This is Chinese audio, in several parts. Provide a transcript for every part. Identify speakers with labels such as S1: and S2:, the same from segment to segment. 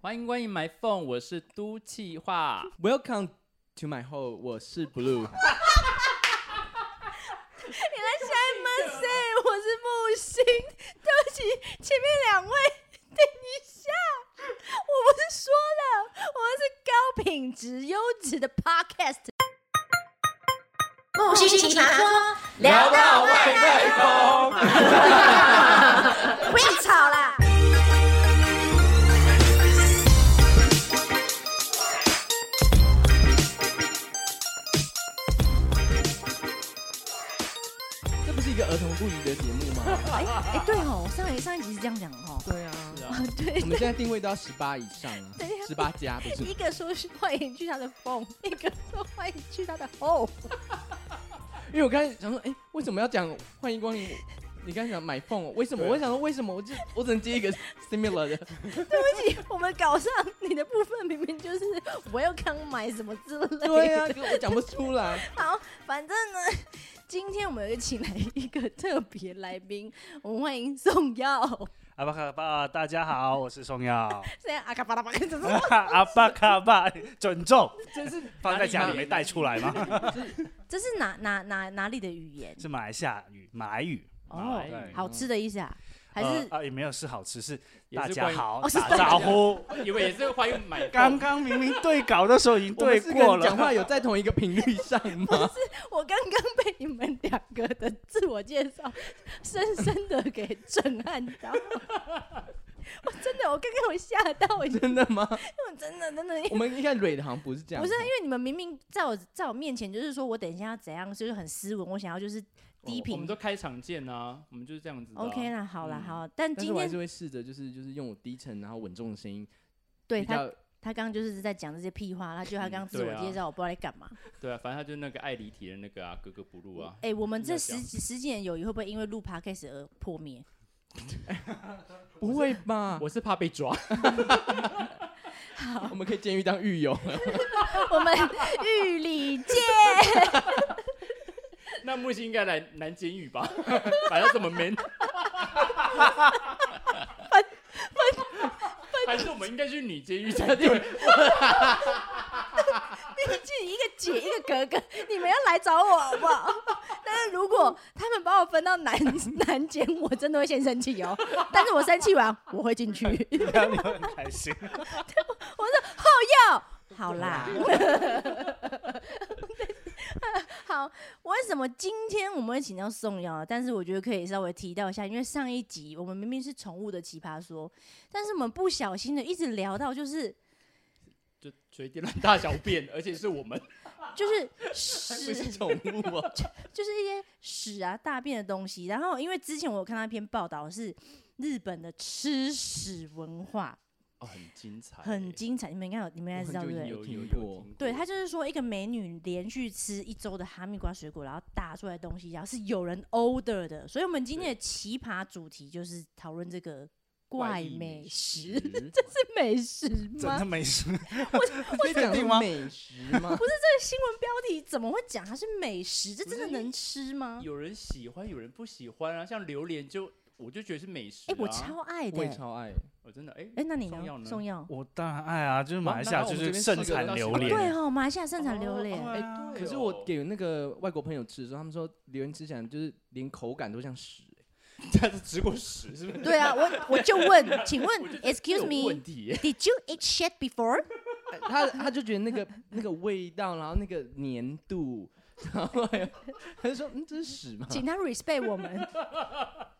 S1: 欢迎欢迎 my phone，我是都气化。
S2: Welcome to my home，我是 Blue。
S3: 你在下面谁？
S1: 啊
S3: 我是木星，对不起，前面两位，等一下，我不是说了，我们是高品质、优质的 podcast。木星
S2: 哦
S3: 奇葩说，
S1: 聊到外太空，
S3: 不要吵啦！
S2: 这不是一个儿童不宜的节目吗？
S3: 哎哎，对哦，上一上一集是这样讲的哦。
S2: 对啊，
S1: 是
S2: 是
S1: 啊
S2: 啊。
S3: 对
S2: 我，们现在定位都要十八以上啊
S3: 对啊，
S2: 十八加不
S3: 一
S2: 是？
S3: 个说是欢迎去他的 风，一个说欢迎去他的后。
S2: 因为我刚才想说，哎、为什么要讲欢迎光临？你刚才讲买凤，为什么？
S1: 对
S2: 我想说为什么？我就我只能接一个 similar 的，
S3: 对不起，我们搞上你的部分明明就是 welcome 买什么之类的。
S2: 对啊，可我讲不出来。
S3: 好，反正呢，今天我们有请来一个特别来宾，我们欢迎宋耀。
S4: 阿巴卡巴，大家好，我是宋耀。
S3: 这样啊嘎巴拉巴，怎么说？
S4: 阿巴卡巴，准重，
S2: 真是
S4: 放在家里没带出来吗？
S3: 这是哪哪哪哪里的语言？
S4: 是马来西亚语，马来语
S3: 哦
S4: 对，
S3: 好吃的意思啊？还是
S4: 呃啊，也没有是好吃，是
S1: 也
S4: 大
S1: 是
S4: 家
S1: 关于，
S4: 好
S3: 哦是
S4: 打招呼。
S1: 以为也是欢迎 my
S4: 刚
S1: phone。
S4: 刚明明对稿的时候已经
S2: 我们
S4: 对
S2: 是
S4: 过
S2: 跟讲
S4: 了，
S2: 话有在同一 个频率上吗？
S3: 我刚刚被你们两个的自我介绍 深深的给震撼到？ 我真的，我刚刚我吓到，我
S2: 真的吗？
S3: 我真的真的，
S2: 我们一看蕊的好像不是这样，
S3: 不是因为你们明明在我在我面前，就是说我等一下要怎样，就是很斯文，我想要就是
S1: 哦
S3: 低
S1: 我
S3: 频
S1: 们都开场见啊，我们就是这样子的啊。
S3: OK 啦，好啦，
S1: 嗯
S3: 好，但
S2: 但
S3: 今
S2: 是我还
S3: 天
S2: 是会试着就是就是用我低沉然后稳重的声音，
S3: 对
S2: 比
S3: 他，
S2: 较
S3: 他刚刚就是在讲这些屁话，他就他刚刚自
S1: 对
S3: 我
S1: 啊
S3: 介绍，我不知道在干嘛。
S1: 对啊，反正他就是那个爱离题的那个啊，格格不入啊。
S3: 哎，我们
S1: 真的
S3: 这
S1: 要
S3: 十几十几年友谊会不会因为录 podcast 而破灭？
S2: 不会吧？
S1: 我是怕被抓，
S2: 我们可以监狱当狱友了。
S3: 我们 玉里见，
S1: 那木星应该来南监狱吧？ 反正这么 man，还是我们应该去女监狱才对。
S3: 毕竟一个姐一个格格，你们要来找我好不好？但是如果他们把我分到 南南监，我真的会先生气哦。但是我生气完，我会进去。
S4: 然 后你会很开心。
S3: 要好啦。 好，为什么今天我们会请到宋瑶？但是我觉得可以稍微提到一下，因为上一集我们明明是宠物的奇葩说，但是我们不小心的一直聊到就是
S1: 就随地乱大小便，而且是我们。
S3: 就是
S2: 不是
S3: 屎，
S2: 宠物哦，
S3: 就是一些屎啊大便的东西。然后因为之前我有看到一篇报道是日本的吃屎文化
S1: 哦，很精彩欸，
S3: 很精彩，你们应该有你们应该知道
S2: 我
S3: 对
S2: 很
S3: 不
S2: 久
S1: 有有
S3: 对
S2: 以？听
S1: 有
S2: 过
S1: 听
S3: 对，
S1: 过
S3: 他就是说，一个美女连续吃一周的哈密瓜水果，然后打出来的东西，然后是有人 order 的。所以，我们今天的奇葩主题就是讨论这个怪
S1: 异
S3: 美食，
S1: 食
S3: 这是 美食
S4: 真的
S3: 吗？
S4: 没事，
S2: 这
S4: 确
S2: 讲
S4: 定
S2: 是
S4: 吗
S2: 美食 吗？
S3: 这个新闻标题怎么会讲它是美食？这
S1: 不是
S3: 真的
S1: 因为
S3: 能吃吗？
S1: 有人喜欢，有人不喜欢啊。像榴莲就我就觉得是美食、啊。
S3: 哎、我，超爱的、
S2: 我也
S3: 欸。
S2: 超爱。
S1: 我真的哎、
S3: 哎、那你
S1: 宋耀呢
S3: 宋耀，
S4: 我当然爱啊，就是马来西亚
S2: 那那
S4: 就
S2: 我们
S4: 是
S2: 这边
S4: 盛
S2: 四个人到
S4: 产榴
S2: 十个
S4: 莲
S3: 对，哦，马来西亚盛产榴莲、
S4: 哦
S2: 哎、
S4: 哎
S2: 可是我给那个外国朋友吃的时候，他们说榴莲吃起来就是连口感都像屎、
S1: 他是吃过屎是不是？
S3: 对啊，我我就 问，请问
S1: 有
S3: ，excuse
S1: 问
S3: me，did
S1: 题耶、
S3: you eat shit before？
S2: 哎他他就觉得那个那个味道，然后那个粘度，然后还有他就说嗯这是屎吗？
S3: 请他 respect 我们。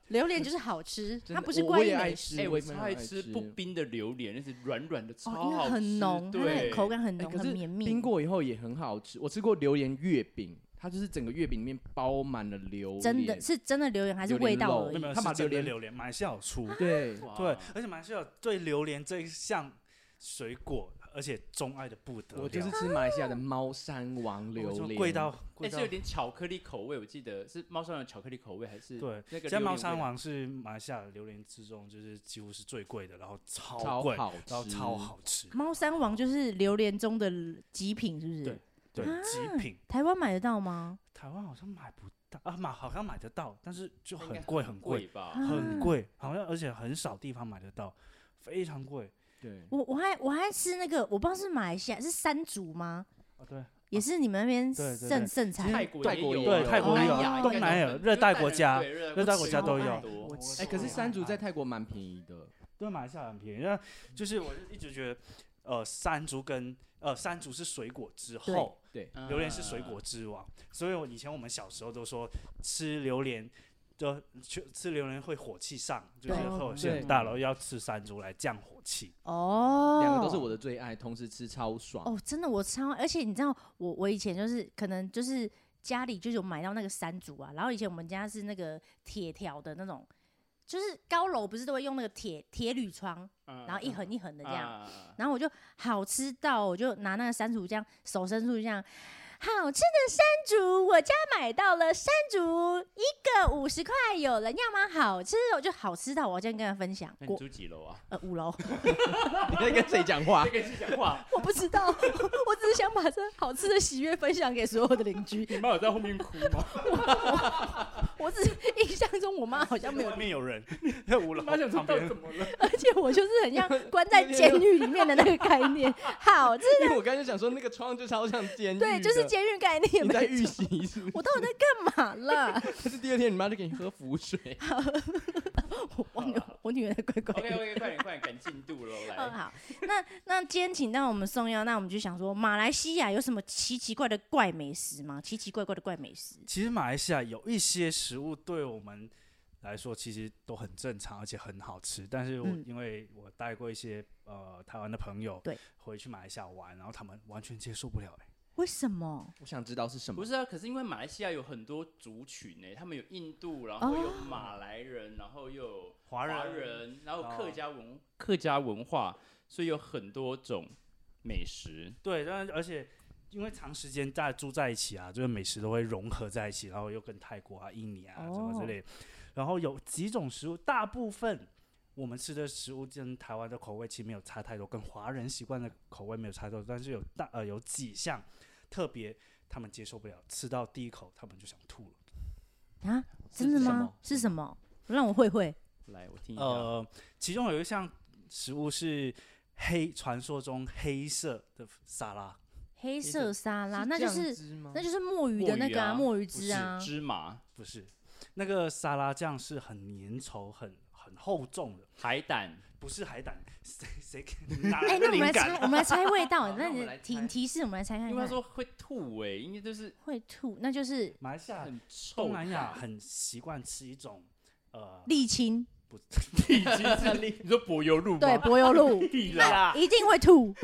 S3: 榴莲就是好吃，
S2: 真的
S3: 它不是
S2: 我
S3: 怪
S2: 我
S3: 异
S2: 也爱
S3: 美
S2: 吃
S3: 食
S1: 哎、
S2: 我
S1: 我
S2: 也蛮
S1: 超
S2: 爱
S1: 爱吃不
S2: 吃
S1: 冰的榴莲，那是软软的，超
S3: 哦，因
S1: 好
S3: 为
S1: 吃，
S3: 很浓，它那
S1: 对，
S3: 个口感很
S2: 哎
S3: 浓，
S2: 可
S3: 很
S2: 是
S3: 绵密。
S2: 冰过以后也很好吃，我吃过榴莲月饼，它就是整个月饼里面包满了榴莲，
S3: 真的是真的榴莲还是
S2: 榴莲
S3: 味道
S2: 肉
S3: 而
S4: 没有
S3: 已？
S4: 没有
S2: 他把
S4: 是真的
S2: 榴莲
S4: 榴莲，马来西亚有出，
S2: 对，
S1: 哇
S4: 对，而且马来西亚对榴莲这一项水果，而且钟爱的不得了，
S2: 我就是吃马来西亚的猫山王榴
S4: 我就
S2: 莲，
S4: 哦贵到贵
S1: 哎、
S4: 到
S1: 是有点巧克力口味，我记得是猫山王巧克力口味还是
S4: 对，
S1: 那个
S4: 现在
S1: 榴
S4: 猫
S1: 莲
S4: 山
S1: 味道
S4: 王是马来西亚榴莲之中，就是几乎是最贵的，然后超
S2: 超
S4: 贵，
S2: 好
S4: 然后
S2: 吃，啊
S4: 超。好吃，
S3: 猫山王就是榴莲中的极品，是不是
S4: 对？对，
S3: 啊
S4: 极品。
S3: 台湾买得到吗？
S4: 台湾好像买不到啊，买好像买得到，但是就
S1: 应该
S4: 很贵，很贵，
S1: 吧？
S3: 啊
S4: 很贵，好像而且很少地方买得到，非常贵。
S2: 对，
S3: 我我还我还吃那个，我不知道是马来西亚是山竹吗？
S4: 哦对，
S3: 也是你们那边
S4: 对对
S3: 盛盛产
S1: 泰国也有啊
S4: 对泰国也有
S1: 东南亚
S4: 东南
S1: 应
S4: 亚
S1: 该都
S4: 热带国家
S1: 对
S4: 热带国家
S3: 哦
S4: 都
S1: 很
S4: 有。
S1: 多
S4: 我
S2: 哎，可是山竹在
S4: 哎
S2: 泰国蛮便宜的，
S4: 对马来西亚很便宜，那就是我就一直觉得，呃，山竹跟呃山竹是水果之后，
S2: 对，
S1: 啊
S4: 榴莲是水果之王，所以我以前我们小时候都说吃榴莲。就吃吃榴莲会火气上，就
S3: 哦
S4: 是
S3: 对
S4: 会火气
S2: 对
S4: 很大，然后要吃山竹来降火气。
S3: 哦，
S2: 两个都是我的最爱，同时吃超爽。
S3: 哦，真的我超，而且你知道我我以前就是可能就是家里就有买到那个山竹啊，然后以前我们家是那个铁条的那种，就是高楼不是都会用那个铁铁铝窗，
S1: 嗯，
S3: 然后一横一横的这样，
S1: 样。
S3: 然后我就好吃到，我就拿那个山竹这样手伸出去这样。好吃的山竹，我家买到了山竹，一个五十块，有人要吗？好吃，我就好吃到，我要今天跟他分享
S1: 那。你
S3: 我
S1: 住几楼 啊？
S3: 呃五楼，
S2: 你在跟谁讲话
S1: 这？个是讲话，
S3: 我不知道， 我只是想把这好吃的喜悦分享给所有的邻居。
S1: 你妈有在后面哭吗？
S3: 我只是印象中我妈好像没有
S4: 外，面有人，在五楼
S1: 妈想知
S4: 旁
S1: 道
S4: 边
S1: 怎么了？
S3: 而且我就是很像关在监狱里面的那个概念。好，这
S2: 因为我刚才就想说那个窗就超像监狱的，
S3: 对，就是监狱概念。
S2: 你在
S3: 没
S2: 预
S3: 错
S2: 习是不
S3: 我到底在干嘛啦？
S2: 是？但是第二天你妈就给你喝符水，
S3: 我我女
S2: 啊
S3: 我女儿的乖
S1: OK
S3: 乖。
S1: OK，快点快点赶进度喽，
S3: 嗯，
S1: 来。
S3: 好，那那今天请到我们宋耀，那我们就想说，马来西亚有什么奇奇怪的怪美食吗？奇奇怪怪的怪美食，
S4: 其实马来西亚有一些食物对我们来说其实都很正常，而且很好吃。但是我、
S3: 嗯
S4: 因为我带过一些呃台湾的朋友
S3: 对
S4: 回去马来西亚玩，然后他们完全接受不了、欸。
S3: 为什么？
S2: 我想知道是什
S1: 不
S2: 么。
S1: 是啊，可是因为马来西亚有很多族群呢、欸他们有印度，然后
S3: 哦
S1: 有马来人，然后又有
S4: 华人
S1: 华人，然后有
S4: 哦
S1: 客家文、客家文化，所以有很多种美食。
S4: 对，但而且因为长时间大家住在一起啊，就是美食都会融合在一起，然后又跟泰国啊、印尼啊什么
S3: 哦
S4: 之类的然后有几种食物，大部分我们吃的食物跟台湾的口味其实没有差太多，跟华人习惯的口味没有差太多，但是有大呃有几项特别他们接受不了，吃到第一口他们就想吐了。
S3: 啊，
S2: 是
S3: 真的
S2: 什
S3: 吗
S2: 么？
S3: 是什么？让我会会
S1: 来，我听一下。
S4: 呃，其中有一项食物是黑，传说中黑色的沙拉，
S3: 黑色
S4: 色
S3: 沙拉，那就
S2: 酱
S3: 是
S2: 汁吗
S3: 那就是墨鱼的那个啊，墨
S1: 墨
S3: 鱼汁啊，
S1: 芝麻、
S4: 不是那个沙拉酱是很粘稠、很很厚重的，
S1: 海胆，
S4: 不是海胆，谁谁给你哪
S3: 哎、那
S4: 来的
S3: 我们
S4: 灵
S3: 来
S4: 感
S3: 猜，我们来猜味 道。
S2: 好那
S3: 那
S2: 我
S3: 你
S2: 们来
S3: 提
S2: 猜
S3: 提示，我们来猜看看。
S1: 因为他说会吐哎、应该就是
S3: 会吐，那就是
S4: 马来西亚、
S1: 很臭。
S4: 东南亚很习惯吃一种呃，
S3: 沥青，
S1: 地基之力， 你说柏油路吗？
S3: 对，柏油路
S1: 屁啦，
S4: 那
S3: 一定会吐。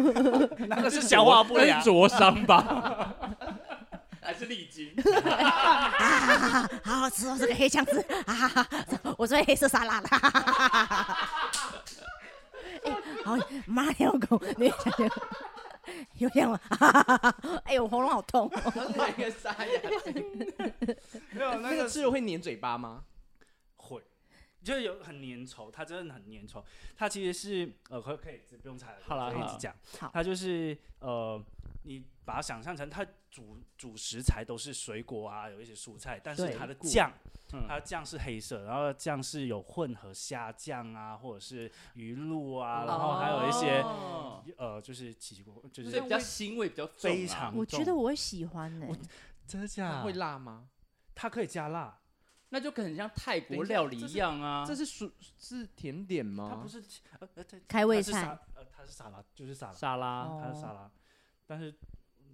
S4: 那个是消化不
S1: 那
S4: 良
S1: 是，灼伤吧？ 还是历经？
S3: 好好吃哦，这个黑酱汁，啊哈哈，我最爱黑色沙拉了。哈哈哈 哎、好，妈要狗，你想想，有点吗？哈哈哈哈哎、我喉咙好痛。
S2: 那个沙哑，
S4: 没有那
S2: 那个
S4: 个
S2: 吃了会粘嘴巴吗？
S4: 会。就是有很粘稠，它真的很粘稠。它其实是呃，可可以不用猜了，
S1: 好啦
S4: 可以一
S1: 好
S4: 直
S1: 啦
S4: 讲。
S3: 好
S4: 它就是呃，你把它想象成它主主食材都是水果啊，有一些蔬菜，但是
S3: 对
S4: 它的
S1: 固
S4: 酱
S1: 嗯，
S4: 它的酱是黑色，然后酱是有混合虾酱啊，或者是鱼露啊，然后还有一些、
S1: 哦
S4: 呃，就是奇奇怪怪，就
S1: 就是是比较腥味比较重啊
S4: 非常
S3: 我觉得我会喜欢呢、欸
S4: 我真的
S2: 它
S3: 啊
S4: 假
S2: 会辣吗？
S4: 它可以加辣，
S1: 那就很像泰国料理一样啊。
S2: 这是属是甜点吗？
S4: 它不
S1: 哦
S4: 是呃呃它
S3: 开胃
S4: 它是沙
S3: 菜，
S4: 呃它是沙拉，就是沙拉，
S1: 沙拉，
S3: 哦
S4: 它是沙拉，但是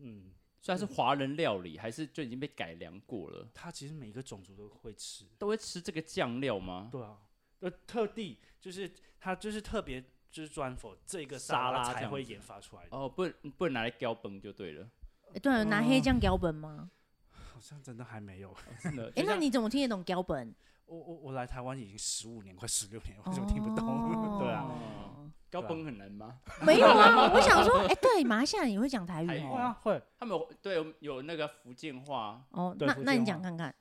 S4: 嗯，
S1: 虽然是华人料理，还是就已经被改良过了。
S4: 它其实每一个种族都会吃，
S1: 都会吃这个酱料吗？
S4: 对啊，呃，特地就是它就是特别就是专否这个
S1: 沙
S4: 沙
S1: 拉
S4: 拉
S1: 这
S4: 才
S1: 样
S4: 会
S1: 子
S4: 研发出来的，
S1: 哦，不能不能拿来浇崩就对了。
S3: 哎对啊，拿
S4: 嗯
S3: 黑酱标本吗？
S4: 好像真的还没有。
S1: 真 的，
S3: 哎、
S1: 就
S3: 那
S1: 像
S3: 你怎么听得懂标本？
S4: 我我我来台湾已经十五年，快十六年，为什么听不懂？ 对啊，
S1: 哦浇崩很难吗？
S3: 没有啊，我想说，哎、对，马来西亚人也会讲台语
S1: 台语
S4: 会
S3: 哦。
S4: 啊会。
S1: 他们有对有有那个福建话，
S3: 哦，
S4: 对
S3: 那
S4: 福
S3: 那你
S4: 建
S3: 讲
S4: 话
S3: 看看，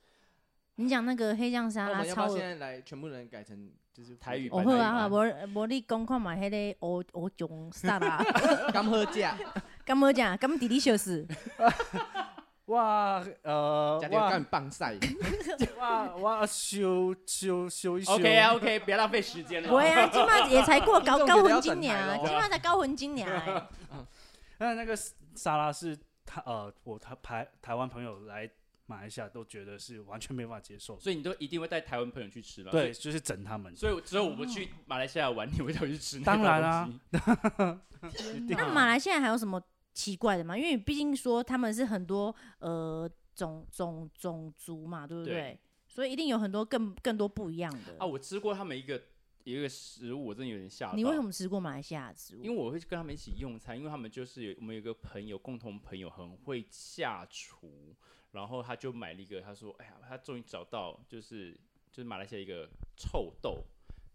S3: 你讲那个黑酱沙
S2: 哦那我
S3: 拉
S2: 们要不要
S3: 啊超
S2: 现
S3: 恶，
S2: 在来全部人改成就是哦
S1: 台语
S3: 我
S1: 版
S3: 好
S1: 的
S3: 啊，好
S1: 吗
S3: 啊无无你讲看嘛，迄个乌乌酱沙拉，
S2: 刚喝价，
S3: 敢好食，敢弟弟笑死。
S4: 哇呃
S2: 加点
S4: 哇
S2: 干棒 赛，
S4: 哇哇修修修一修
S1: OK 啊 OK，别浪费时 间了。
S3: 不会啊，今麦也才过
S2: 听
S3: 高
S2: 众
S3: 高
S2: 觉得要
S3: 婚今
S2: 整
S3: 年啊，
S2: 台咯
S3: 今麦才高婚今年啊，
S4: 那那个沙拉是他呃，我他台台湾朋友来马来西亚都觉得是完全没办法接受的，
S1: 所以你都一定会带台湾朋友去吃了。
S4: 对，就是整他们。
S1: 所以，所以只有我们去马来西亚玩，你会带我去吃那
S4: 当然
S1: 啊
S4: 啊，
S3: 那马来西亚还有什么奇怪的吗？因为毕竟说他们是很多呃种种种族嘛，对不
S1: 对
S3: 对？所以一定有很多更更多不一样的。
S1: 啊！我吃过他们一个一个食物，我真的有点吓到。
S3: 你为什？么吃过马来西亚的食物？
S1: 因为我会跟他们一起用餐，因为他们就是有我们有一个朋友，共同朋友很会下厨，然后他就买了一个，他说：“哎呀，他终于找到，就是就是马来西亚一个臭豆，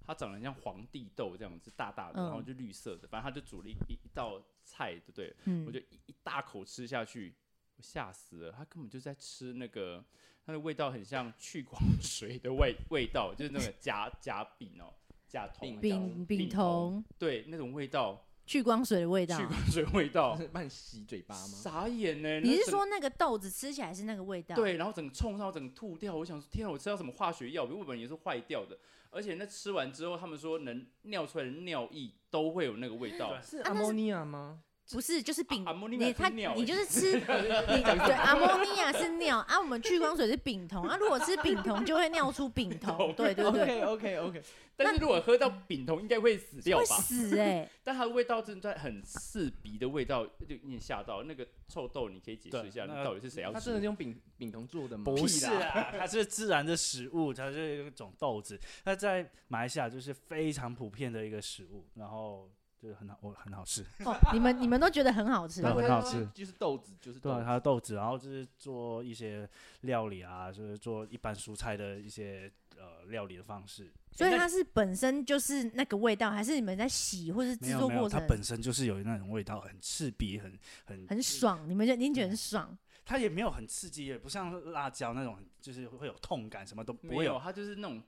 S1: 它长得很像皇帝豆这样子，大大的，
S3: 嗯
S1: 然后就绿色的，反正他就煮了一一一道菜，对不对？我
S3: 嗯，
S1: 就一一大口吃下去，我吓死了。他根本就在吃那个，它的味道很像去光水的味 味道，就是那个甲甲丙哦，甲酮
S3: 丙丙
S1: 酮，
S3: 酮
S1: 对那种味道，
S3: 去光水的味
S1: 去
S3: 道。
S1: 光水味 道，
S2: 帮你洗嘴巴吗？
S1: 傻眼呢、
S3: 你
S1: 那
S3: 是
S1: 整
S3: 说那个豆子吃起来是那个味道？，
S1: 对，然后整个冲上，整个吐掉。我想说，天啊，我吃到什么化学药？我本也是坏掉的。而且那吃完之后，他们说能尿出来的尿液都会有那个味道
S4: 对。
S2: 是
S3: 啊
S2: 阿
S3: 那是
S2: 莫尼亚吗？
S3: 不是就是丙
S1: 啊，ammonia
S3: 你
S1: 是
S3: 它
S1: 尿
S3: 你
S1: 欸
S3: 就 是吃你对阿莫尼亚是尿啊，我们去光水是丙酮啊，如果吃丙酮就会尿出丙 酮，对对对，
S2: OK OK OK，
S1: 但是如果喝到丙酮，应该会死掉
S3: 会
S1: 吧？
S3: 死哎、
S1: 但它的味道真的很刺鼻的味道，就有点吓到。那个臭豆，你可以解释一下，
S4: 对
S1: 那
S4: 那
S1: 到底是谁要
S2: 他
S1: 吃
S2: 真的是？用丙丙酮做的吗？
S4: 不是啊， 它是自然的食物，它是一种豆子。那在马来西亚就是非常普遍的一个食物，然后就是很好，我很好吃。
S3: 哦，你们你们都觉得很好吃
S4: 对，很好吃
S2: 就是豆子，就是
S4: 对
S2: 豆
S4: 啊，
S2: 子。
S4: 它的豆子，然后就是做一些料理啊，就是做一般蔬菜的一些呃料理的方式。
S3: 所以它是本身就是那个味道，还是你们在洗或是
S4: 没
S3: 制
S4: 有
S3: 作
S4: 没有，
S3: 过
S4: 它
S3: 程
S4: 本身就是有那种味道，很刺鼻，很很
S3: 很爽？你们就您觉得很爽？
S4: 它也没有很刺激，也不像辣椒那种，就是会有痛感，什么都不
S1: 没
S4: 会
S1: 有，
S4: 有。
S1: 它就是那种，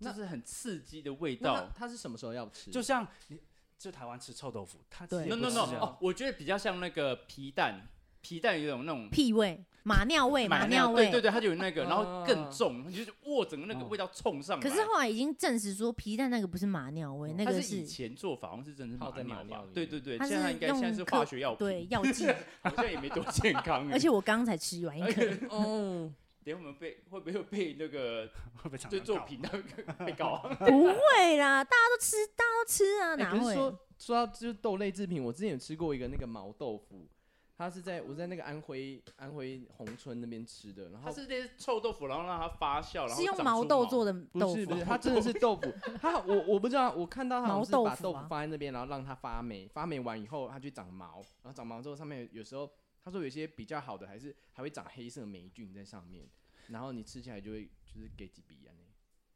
S2: 那
S1: 就是很刺激的味
S2: 那
S1: 道
S2: 他。他是什么时候要吃？
S4: 就像你就台湾吃臭豆腐，它其实
S3: 对
S4: 也
S1: No
S4: 不
S1: no
S4: 是
S1: no，
S4: 这样
S1: 哦，我觉得比较像那个皮蛋，皮蛋有种那种
S3: 屁味、马尿味、马
S1: 尿对
S3: 尿味。嗯
S1: 对对，它就有那个，
S2: 啊
S1: 然后更重，你就是哇，整个那个
S2: 哦
S1: 味道冲上来。
S3: 可是后来已经证实说，皮蛋那个不是马尿味，那
S1: 它
S3: 个
S1: 是以前做法，好像是真的是
S2: 泡在
S1: 马尿
S2: 马尿
S1: 吧
S2: 里？
S1: 对对对，
S3: 它
S1: 现
S3: 是
S1: 在应该现在是
S3: 用
S1: 化
S3: 克
S1: 学药
S3: 对
S1: 品，
S3: 药剂，
S1: 好像也没多健 康欸。
S3: 而且我刚才吃完一颗。
S2: 哦，
S1: 等下我们被会不会被那个
S4: 会不会常
S1: 就
S4: 常
S1: 做
S4: 搞
S1: 频道被告 啊？
S3: 不会啦，大家都吃，大家都吃啊，
S2: 哎
S3: 哪
S2: 可是
S3: 会？
S2: 说说到就是豆类制品，我之前有吃过一个那个毛豆腐，它是在我在那个安徽安徽宏村那边吃的，然
S1: 它
S2: 后
S1: 是那些臭豆腐，然后让它发酵，然后
S3: 是用
S1: 长
S3: 毛
S1: 出
S3: 豆做的豆
S2: 不是
S3: 腐啊
S2: 不，是，它真的是豆腐。它我我不知道，我看到它好像是
S3: 毛豆腐
S2: 把豆腐
S3: 啊
S2: 放在那边，然后让它发霉，发霉完以后它就长毛，然后长毛之后上面有有时候他说有些比较好的还是还会长黑色霉菌在上面，然后你吃起来就会就是给几鼻啊那。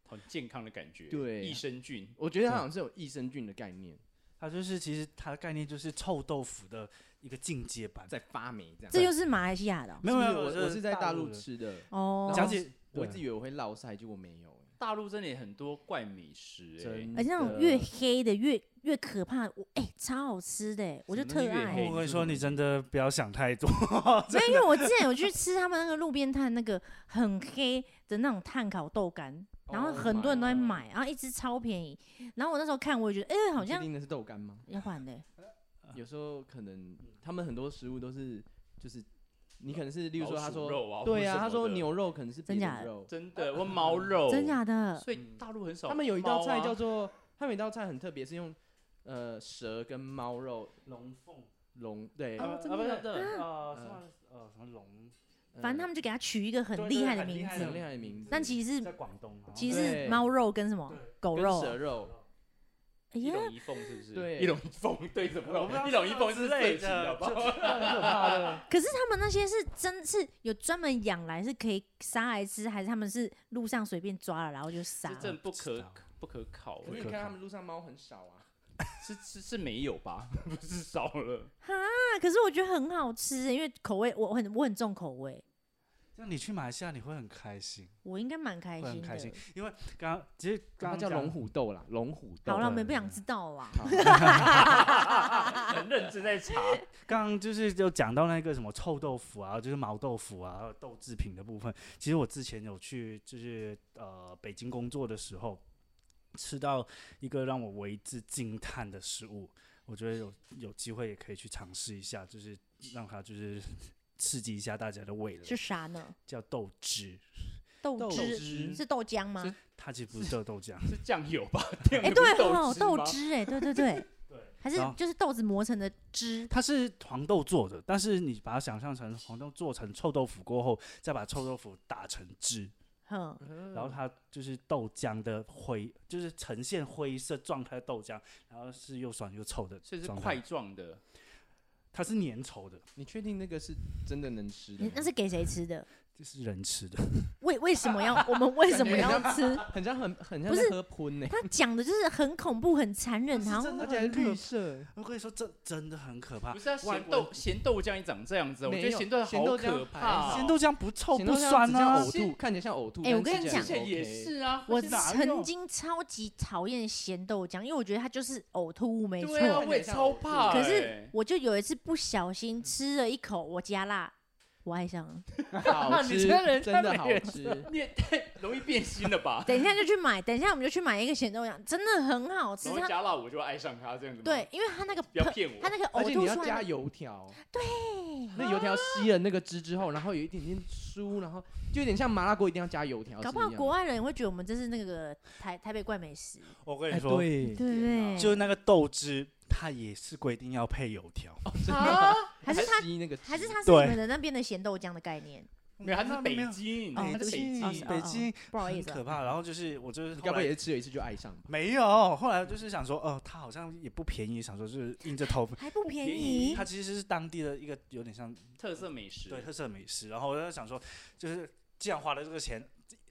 S1: 很健康的感觉，
S2: 对
S1: 益生菌。
S2: 我觉得它
S4: 啊
S2: 好像是有益生菌的概念
S4: 它就是其实它的概念就是臭豆腐的一个进阶版。
S2: 在发霉这样。
S3: 这就是马来西亚的哦
S4: 没有没有，
S2: 我
S4: 我
S2: 我是在大陆
S4: 的。
S2: 吃的，
S3: 哦。
S4: 讲起
S2: 我
S4: 对
S2: 一直以为我会落腮，结果没有。欸
S1: 大陆真的也很多怪美食哎、
S2: 真
S3: 而且那种
S2: 的
S3: 越黑的越越可怕，我哎、超好吃的、欸我就
S1: 什么
S3: 特
S1: 东西越黑
S3: 爱。
S4: 我跟你说，你真的不要想太多。
S3: 没有，因为我之前有去吃他们那个路边摊那个很黑的那种炭烤豆干，然后
S2: Oh
S3: 很多人都在
S2: my
S3: 买，然后一只超便宜。然后我那时候看，我也觉得哎、好
S2: 你确
S3: 像
S2: 定的是豆干吗？
S3: 要换的、
S2: 有时候可能他们很多食物都是就是你可能是例如说
S1: 老
S2: 他
S1: 鼠
S2: 说
S1: 肉啊，
S2: 对
S1: 呀、
S2: 啊，他说牛肉可能是
S3: 真
S2: 别
S3: 假
S2: 的
S3: 的
S2: 肉，
S1: 真的或猫肉，
S3: 真假的？
S1: 所以大陆很少、啊
S2: 他们有一道菜叫，做，他们有一道菜很特别，是用呃蛇跟猫肉
S4: 龙凤，
S2: 龙对，
S1: 啊真的
S4: 不是
S1: 假的
S2: 嗯
S4: 呃，什么呃什么龙，
S2: 呃
S3: 反正他们就给它取一个很
S4: 对
S3: 厉
S4: 对
S3: 害的
S4: 很厉
S3: 名
S4: 害
S3: 字
S4: 的
S2: 很厉
S4: 名字
S2: 害的名字，
S3: 但其实
S4: 在
S3: 是
S4: 广东。啊然后
S3: 其实
S2: 对
S3: 是猫肉跟什么狗
S2: 跟
S3: 肉，
S2: 蛇 肉，
S3: 哎
S1: 一
S3: 呀，
S1: 龙一凤是不是？
S2: 对
S1: 一龙一凤对什么
S4: 我不知道
S1: 龙？一龙一凤
S4: 之
S1: 是
S4: 类
S1: 对齐
S4: 的，
S1: 好不好
S4: 就很可怕的。
S3: 可是他们那些是真是有专门养来是可以杀来吃，还是他们是路上随便抓了然后就杀
S1: 这真
S3: 了？
S1: 的不
S4: 知
S1: 可
S4: 道
S1: 不可考
S2: 可
S1: 哎、
S2: 是
S4: 可
S2: 你看
S4: 靠
S2: 他们路上猫很少啊，
S1: 是是是没有吧？ 不是少了。
S3: 啊，可是我觉得很好吃，因为口味我很我很重口味，
S4: 像你去马来西亚，你会很开心。
S3: 我应该蛮开
S4: 会很
S3: 心
S4: 开
S3: 的。
S4: 心刚刚其实
S2: 它
S4: 刚刚
S2: 叫
S4: 讲
S2: 龙虎斗啦，龙虎
S3: 好
S2: 斗。
S3: 了，
S4: 对
S3: 我们也不想知道啦。
S2: 好
S1: 很认正在 查，
S4: 刚刚就是有讲到那个什么臭豆腐啊，就是毛豆腐啊，还有豆制品的部分。其实我之前有去，就是呃北京工作的时候，吃到一个让我为之惊叹的食物，我觉得有有机会也可以去尝试一下，就是让它就是刺激一下大家的味
S3: 是
S4: 蕾，
S3: 啥呢？
S4: 叫豆汁。
S3: 豆
S2: 豆
S3: 汁
S2: 汁
S3: 是豆浆吗
S1: 是？
S4: 它其实不是叫豆浆，啊
S1: 是酱油吧？
S3: 哎、
S1: 哎
S3: 对哦，豆汁哎、对对对，还是
S4: 然后
S3: 就是豆子磨成的汁，
S4: 它是黄豆做的，但是你把它想象成黄豆做成臭豆腐过后，再把臭豆腐打成汁，
S3: 哼，
S4: 然后它就是豆浆的灰，就是呈现灰色状态的豆浆，然后是又酸又臭的
S1: 所以是
S4: 状
S1: 块
S4: 态，
S1: 状的，
S4: 它是粘稠的，
S2: 你确定那个是真的能吃
S3: 嗯
S2: 的吗？
S3: 那是给谁吃的？
S4: 这是人吃的。
S3: 为为什么要我们为什么要吃？
S2: 很像很很像
S3: 不
S2: 在
S3: 是
S2: 喝喷呢、
S3: 他讲的就是很恐怖、很欸残忍，然后
S2: 而且还绿色。
S4: 我跟你说，这真的很可怕
S1: 不。是啊，
S4: 外
S1: 咸
S4: 国人
S1: 豆咸豆浆也长这样子啊，我
S2: 没
S1: 觉得
S2: 有
S1: 咸豆
S2: 咸
S1: 好
S2: 豆浆
S1: 可
S2: 还
S1: 怕哦，
S4: 咸豆浆不臭
S2: 咸
S4: 不
S2: 豆浆
S4: 酸
S2: 只
S4: 啊
S2: 像，呕吐，看起来像呕吐。
S3: 哎我
S2: 但
S3: 跟你
S2: 吃起来
S1: 之
S3: 讲
S2: 很
S1: 前也
S2: OK
S1: 是啊，
S3: 我
S1: 它现在哪有
S3: 曾经超级讨厌咸豆浆，因为我觉得它就是呕吐物，没错。
S1: 对啊，我也超怕、欸，
S3: 可是我就有一次不小心吃了一口我加辣，我爱上了。
S2: 好
S4: 你
S2: 吃，
S4: 这人
S2: 真
S4: 太
S2: 的
S4: 没
S2: 好
S4: 人
S2: 吃。
S1: 你也太容易变心了吧？
S3: 等一下就去买，等一下我们就去买一个咸豆浆，真的很好吃。
S1: 然后
S3: 它
S1: 加辣我就爱上他这样子吗？
S3: 对，，因为它那个
S1: 不要骗我
S3: 它。那个
S2: 而
S3: 呕
S2: 且你
S3: 吐
S2: 要
S3: 出
S2: 加
S3: 来的，哎
S2: 油条，对，那油条吸了那个汁之后，然后有一点点酥，然后就有点像麻辣锅一定要加油条是
S3: 搞
S2: 一样
S3: 不
S2: 的，
S3: 好国外人也会觉得我们这是那个台台北怪美食，
S4: 我跟
S2: 哎
S4: 你说，
S2: 对
S3: 对不对？
S4: 哦
S3: 啊
S4: 就是那个豆汁，它也是规定要配油条。
S1: 啊，
S3: 还是它
S2: 吸那个汁
S3: 还是它是你
S4: 对
S3: 们的那边的咸豆浆的概念？
S1: 没有，他是北
S4: 没有
S1: 京，
S3: 哦
S1: 他
S4: 北
S1: 是北
S4: 京，
S3: 哦是
S1: 京
S3: 哦，
S4: 北京
S3: 不好意
S4: 很
S3: 思啊
S4: 可怕。然后就是我就是
S2: 你
S4: 后
S2: 该不会
S4: 来
S2: 也是吃了一次就爱上吧？
S4: 没有，后来就是想说，哦，它好像也不便宜，想说就是硬着头皮。
S3: 还不便
S1: 便
S3: 宜
S1: 宜
S4: 它其实是当地的一个有点像
S1: 特色美食，
S4: 对特色美食。然后我就想说，就是既然花了这个钱，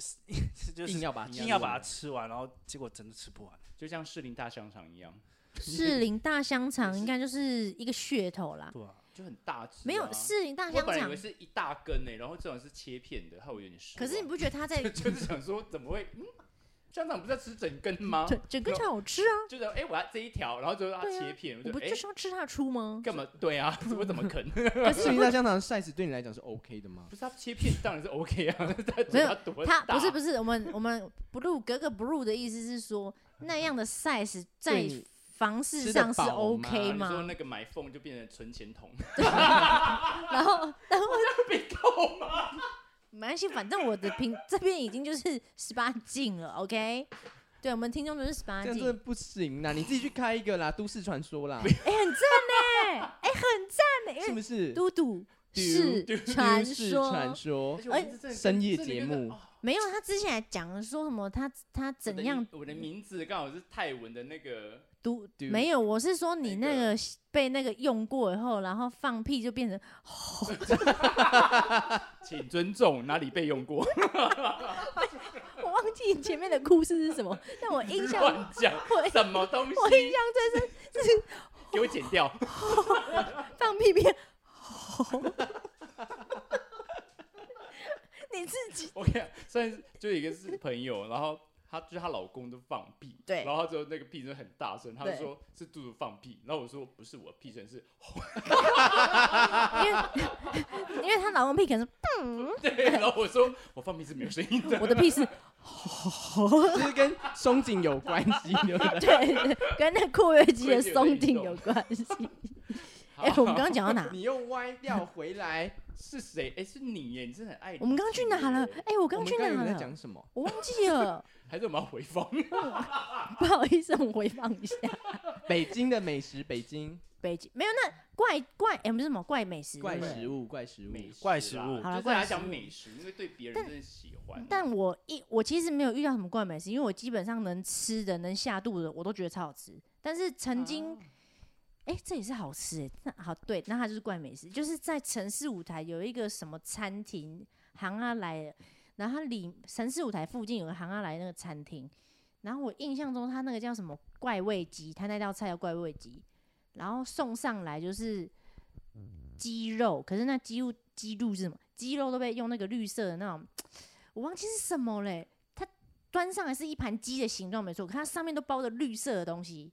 S4: 就
S2: 硬
S4: 是
S2: 要把它
S4: 硬
S2: 吃
S4: 要
S2: 完
S4: 把它吃完，然后结果真的吃不完，
S1: 就像士林大香肠一样，
S3: 士林大香肠应该就是一个噱头啦，
S4: 对吧？
S1: 就很大只啊。
S3: 没有士林大
S1: 我
S3: 香
S1: 本来以为
S3: 肠。
S1: 是一大根呢，然后这种是切片的，害我有点失望。
S3: 可是你不觉得 它在
S1: 就是想说，怎么会？嗯，香肠不是要吃整根吗？
S3: 整整根才好吃啊？
S1: 就是哎，我要这一条，然后就是它
S3: 对啊
S1: 切片，
S3: 我
S1: 就
S3: 不
S1: 哎
S3: 就，是要吃它的 出吗？
S1: 干嘛？对啊，我怎么啃？
S3: 可是
S2: 士
S3: 你
S2: 林
S3: 不
S2: 大香肠 size 对你来讲是 OK 的吗？
S1: 不是它切片当然是 OK 啊， 它
S3: 没有
S1: 它多
S3: 它
S1: 大？
S3: 不是不是，我们我们 blue 格格 blue 的意思是说那样的 size 在
S2: 对你
S3: 房市
S2: 吃得
S3: 上是
S2: 饱吗
S3: OK
S1: 啊你说
S3: 吗？
S1: 那个买缝就变成存钱 筒，
S3: 然后然后
S1: 被告吗？
S3: 没关系，反正我的屏这边已经就是十八禁了，OK？对，我们听众都是十八
S2: 这样
S3: 禁
S2: 真的，不行啦，你自己去开一个啦，都市传说啦，
S3: 哎、很赞呢，哎、很赞呢，因
S2: 是
S3: 为
S2: 不是？
S3: 嘟嘟
S2: 嘟
S3: 是
S2: 嘟
S3: 传
S2: 都市
S3: 说，
S2: 传说
S1: 而，且我
S3: 哎
S1: 一直真的
S2: 深夜
S1: 真的
S2: 节
S1: 觉得
S2: 目
S1: 哦
S3: 没有，他之前还讲说什么他他
S1: 我的
S3: 怎样
S1: 名我的名字刚好是泰文的那个，
S3: 读
S2: 嘟
S3: 没有，我是说你
S1: 那
S3: 那个被那个用过以后，然后放屁就变成
S1: 请尊重哪里被用 过，
S3: 我忘记前面的故事是什么，但我印象
S1: 乱讲
S3: 我印
S1: 什么东西？
S3: 我印象最深就是
S1: 给我剪掉。
S3: 放屁变 你自己
S1: 我跟你讲，虽然就有一个是朋友，然后她就是她老公都放屁，
S3: 对
S1: 然后之后那个屁声很大声，她就
S3: 对
S1: 说是杜杜放屁，然后我说不是我屁声是，
S3: 因为因为她老公屁可能是
S1: 对，然后我说我放屁是没有声音的，
S3: 我的屁是
S2: 就是跟松紧有关系，对不对？
S3: 对，对跟那括约肌的松紧有关 系。
S1: 好
S3: 哎、我们刚刚讲到哪？
S2: 你又歪掉回来，
S1: 是谁？哎，是你耶，你真的很爱
S3: 我们刚刚去哪了？
S1: 哎，
S3: 哎、我
S2: 我
S3: 刚刚
S2: 们
S3: 去
S2: 刚
S3: 哪
S2: 刚在
S3: 了？
S2: 讲什么？
S3: 我忘记了，
S1: 还是我们要回放？
S3: 不好意思，我回放一下。
S2: 北京的美食，北京
S3: 北京没有那怪怪，哎、不是什么怪美食，
S2: 怪
S3: 对不对
S2: 食物，怪 食物，
S1: 美食
S4: 怪食
S1: 啦
S4: 物
S3: 好啦
S1: 就是
S3: 怪
S1: 他
S3: 食
S1: 讲
S3: 物
S1: 美食，因为对别人
S3: 但
S1: 真的喜欢。
S3: 但我一我其实没有遇到什么怪美食，因为我基本上能吃的、能下肚的，我都觉得超好吃。但是曾经，哎、这也是好吃哎，那好对，那它就是怪美食，就是在城市舞台有一个什么餐厅，行啊来了，然后它里城市舞台附近有个行啊来那个餐厅，然后我印象中它那个叫什么怪味鸡，它那道菜叫怪味鸡，然后送上来就是鸡肉，可是那鸡肉鸡肉是什么？鸡肉都被用那个绿色的那种，我忘记是什么嘞。它端上来是一盘鸡的形状没错，可它上面都包着绿色的东西，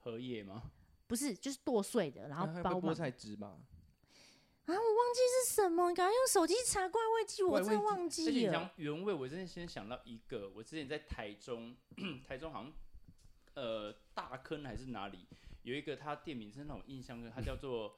S1: 荷叶吗？
S3: 不是就是剁碎的，然后
S1: 啊
S2: 那还有
S3: 包
S2: 菠
S3: 嘛。
S2: 菜汁吧，
S3: 啊，我忘记是什么，你赶快用手机查怪味鸡，我
S2: 怪
S3: 真
S2: 味
S3: 的
S2: 鸡
S3: 忘
S1: 而且
S3: 记
S1: 你
S3: 了。
S1: 讲原味，我真的先想到一个，我之前在台中， 台中好像呃大坑还是哪里有一个，它店名真让我印象深刻，它叫做。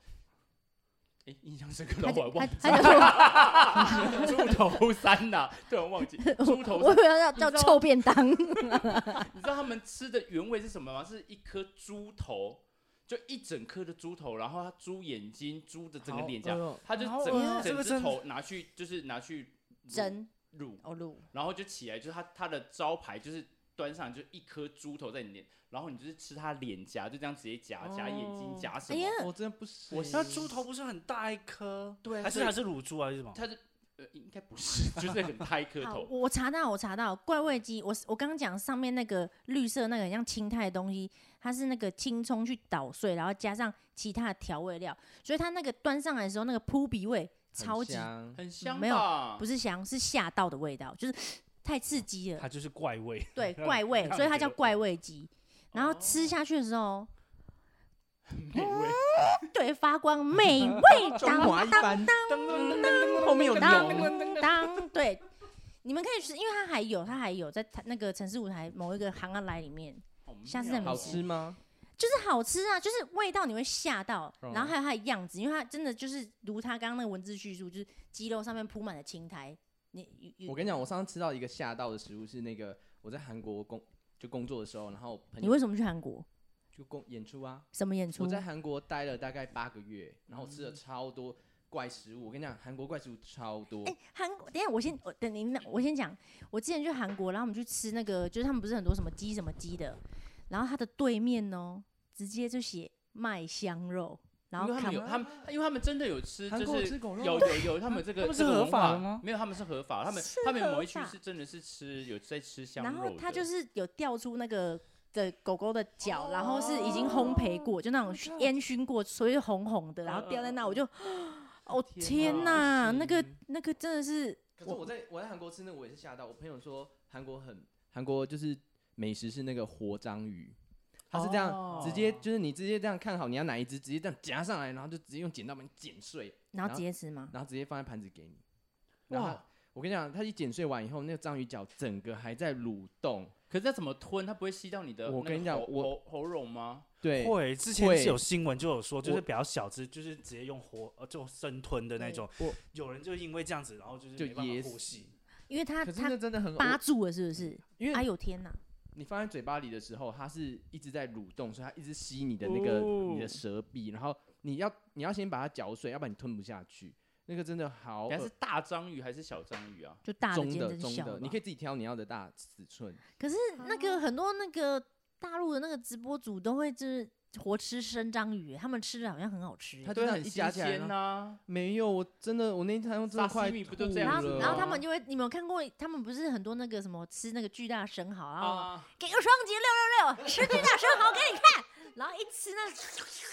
S1: 哎、印象深刻到
S3: 他
S1: 我还
S3: 就他
S1: 忘
S3: 他就说，
S1: 记猪头山呐、突然忘记猪头
S3: 我
S1: 山。
S3: 以为要叫
S1: 你知道
S3: 臭便 当，
S1: 你知道他们吃的原味是什么吗？是一颗猪头，就一整颗的猪头，然后它猪眼睛、猪的整个
S2: 好
S1: 脸颊
S2: 哎，呦
S1: 它就
S4: 好
S1: 整、
S4: 恶啊这
S1: 整
S4: 个
S1: 只
S4: 真的
S1: 头拿去，就是拿去卤
S3: 真
S1: 卤，
S3: 哦路
S1: 然后就起来，就是它它的招牌就是端上就一颗猪头在你脸，然后你就是吃它脸颊，就这样直接夹夹眼睛
S4: 哦
S1: 夹什
S3: 哎
S1: 么
S3: 呀，
S2: 我真的不是
S1: 我
S2: 欸。
S4: 那猪头不是很大一颗？
S1: 对啊
S4: 还是
S1: 所以
S4: 还是乳猪还是什么？
S1: 它是呃应该不是，就是很大一颗
S3: 好，
S1: 头，
S3: 我查到，我查到怪味鸡，我我刚刚讲上面那个绿色那个很像青苔的东西，它是那个青葱去捣碎，然后加上其他的调味料，所以它那个端上来的时候，那个扑鼻味
S2: 很
S3: 超级
S2: 香
S1: 很香
S3: 没有
S1: 吧？
S3: 不是香，是吓到的味道，就是 太刺激了，
S4: 它就是怪味。
S3: 对怪味，所以它叫怪味鸡。然
S2: 哦
S3: 后吃下去的时 候，
S1: 美味。
S3: 对发 光，美味
S2: 中华一番，后面有龙，
S3: 当当，对，你们可以去，因为它还有，它还有在它那个城市舞台某一个行啊来里面，
S1: 好妙
S3: 下次再美
S2: 好
S3: 食
S2: 吃吗？
S3: 就是好吃啊，就是味道你会吓到，
S2: 哦
S3: 然后还有它的样子，因为它真的就是如它刚刚那个文字叙述，就是鸡肉上面铺满了青苔。你你
S2: 我
S3: 你
S2: 跟你讲，我上次吃到一个吓到的食物是那个我在韩国工就工作的时候，然后我朋
S3: 你
S2: 友
S3: 为什么去韩国？
S2: 就工演出啊，
S3: 什么演出
S2: 我？在韩国待了大概八个月，然后我吃了超多怪食物。我跟你讲，韩国怪食物超多
S3: 哎，，韩国，等一下我先，我等您，我先讲。我之前去韩国，然后我们去吃那个，就是他们不是很多什么鸡什么鸡的，然后它的对面哦，直接就写麦香肉，然后
S1: 因为他们有他们，因为他们真的有吃，
S2: 韩
S1: 就
S2: 国有
S1: 是
S2: 吃狗肉
S1: 有有有，他们这 个
S4: 他们是
S1: 这个
S4: 合
S1: 文
S4: 法
S1: 化
S4: 的吗
S1: 没有，他们是合法，他们
S3: 是
S1: 他们
S3: 合
S1: 某一区
S3: 法
S1: 是真的是吃有在吃香肉
S3: 然
S1: 的，
S3: 后它就是有掉出那个的狗狗的脚，然后是已经烘焙过，就那种熏烟熏过，所以红红的，然后掉在那，我就，哦
S2: 天
S3: 天
S2: 哪
S3: 哪，那个
S2: 不行
S3: 那个真的是，
S2: 可是我在我在韩国吃那个，我也是吓到。我朋友说韩国很韩国就是美食是那个活章鱼，它是这样、
S1: 哦
S2: 直接就是你直接这样看好你要哪一只，直接这样夹上来，然后就直接用剪刀把你剪碎，
S3: 然后
S2: 然后
S3: 直接吃吗？
S2: 然后直接放在盘子给你。然后它
S1: 哇！
S2: 我跟你讲，它一剪碎完以后，那个章鱼脚整个还在蠕动。
S1: 可是它怎么吞？它不会吸到你的
S2: 我
S1: 那个
S2: 跟你讲
S1: 喉
S2: 我
S1: 喉喉咙吗？
S2: 对，
S4: 会，之前
S2: 会
S4: 是有新闻就有说，就是
S2: 我
S4: 比较小只，就是直接用活呃就生吞的那种
S2: 对我。
S4: 有人就因为这样子，然后就是
S2: 就
S4: 没办
S2: 噎
S4: 法
S2: 死
S4: 呼吸。
S3: 因为它
S2: 可是
S3: 它
S2: 那真的很
S3: 扒
S2: 恶，
S3: 住了，是不是？
S2: 因
S3: 哎
S2: 为
S3: 呦天哪！
S2: 你放在嘴巴里的时候，它是一直在蠕动，所以它一直吸你的那个、
S1: 哦
S2: 你的舌壁，然后你要你要先把它嚼碎，要不然你吞不下去。那个真的好恶
S1: 人家是大章鱼还是小章鱼啊？
S3: 就大的
S2: 中
S3: 尖
S2: 的
S3: 真
S2: 中
S3: 小
S2: 的，
S3: 的吧
S2: 你可以自己挑你要的大尺寸。
S3: 可是那个很多那个大陆的那个直播主都会就是活吃生章鱼，他们吃的好像很好吃。
S2: 他
S1: 对啊，
S2: 就
S1: 很
S2: 一
S1: 新
S2: 夹起来
S1: 鲜啊呐。
S2: 没有，我真的我那天用真的快
S1: 沙西米不就
S2: 吐
S1: 这
S3: 欸然
S1: 样子
S3: 后，
S2: 了
S3: 然后他
S1: 吗
S3: 们就会，你们有看过？他们不是很多那个什么吃那个巨大生蚝，然
S2: 哦
S3: 后
S1: 啊，
S3: 给个双节六六六，吃巨大生蚝给你看。然后一吃那，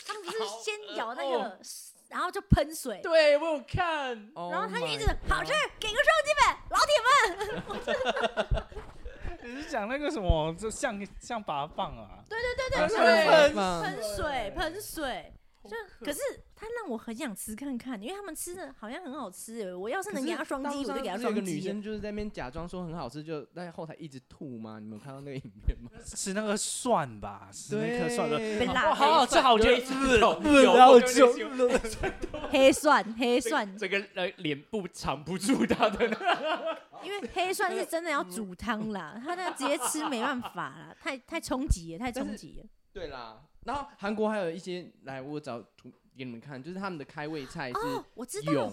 S3: 他们不是
S1: 好
S3: 先
S1: 恶
S3: 咬那
S1: 哦
S3: 个，然后就喷水，
S1: 对我有看，
S2: Oh
S3: 然后他就一
S2: my
S3: 直
S2: god
S3: 好吃，给个双节本，老铁们。
S4: 你是讲那个什么，就像像拔棒啊？
S3: 对对对
S2: 啊
S3: 对
S2: 是
S3: 对，
S2: 吗
S3: 喷水喷水。
S1: 好
S3: 就
S1: 恶
S3: 可是他让我很想吃看看，因为他们吃的好像很好吃耶。我要是
S2: 可
S3: 能给
S2: 是
S3: 他双
S2: 大
S3: 击，
S2: 陆
S3: 我
S2: 上
S3: 就给他
S2: 不是有
S3: 双
S2: 个女
S3: 击了。
S2: 生就是在那边假装说很好吃，就在后台一直吐吗？你们有看到那个影片吗？
S4: 吃那个蒜吧，吃那颗蒜的。
S3: 被
S2: 对，
S3: 辣
S4: 哇，好好吃，好
S1: 有
S4: 甜
S1: 一，只 手
S4: 嗯
S1: 有
S4: 然后
S1: 我
S4: 就
S1: 有
S3: 黑蒜黑
S1: 这
S3: 蒜，
S1: 这个呃脸部藏不住它的 那
S3: 因为黑蒜是真的要煮汤 啦，他那直接吃没办法啦，太太冲击了，太
S2: 但
S3: 冲
S2: 是
S3: 击了。
S2: 对啦。然后韩国还有一些，来我找图给你们看，就是他们的开胃菜
S3: 哦
S2: 是，
S3: 我知道
S2: 蛹，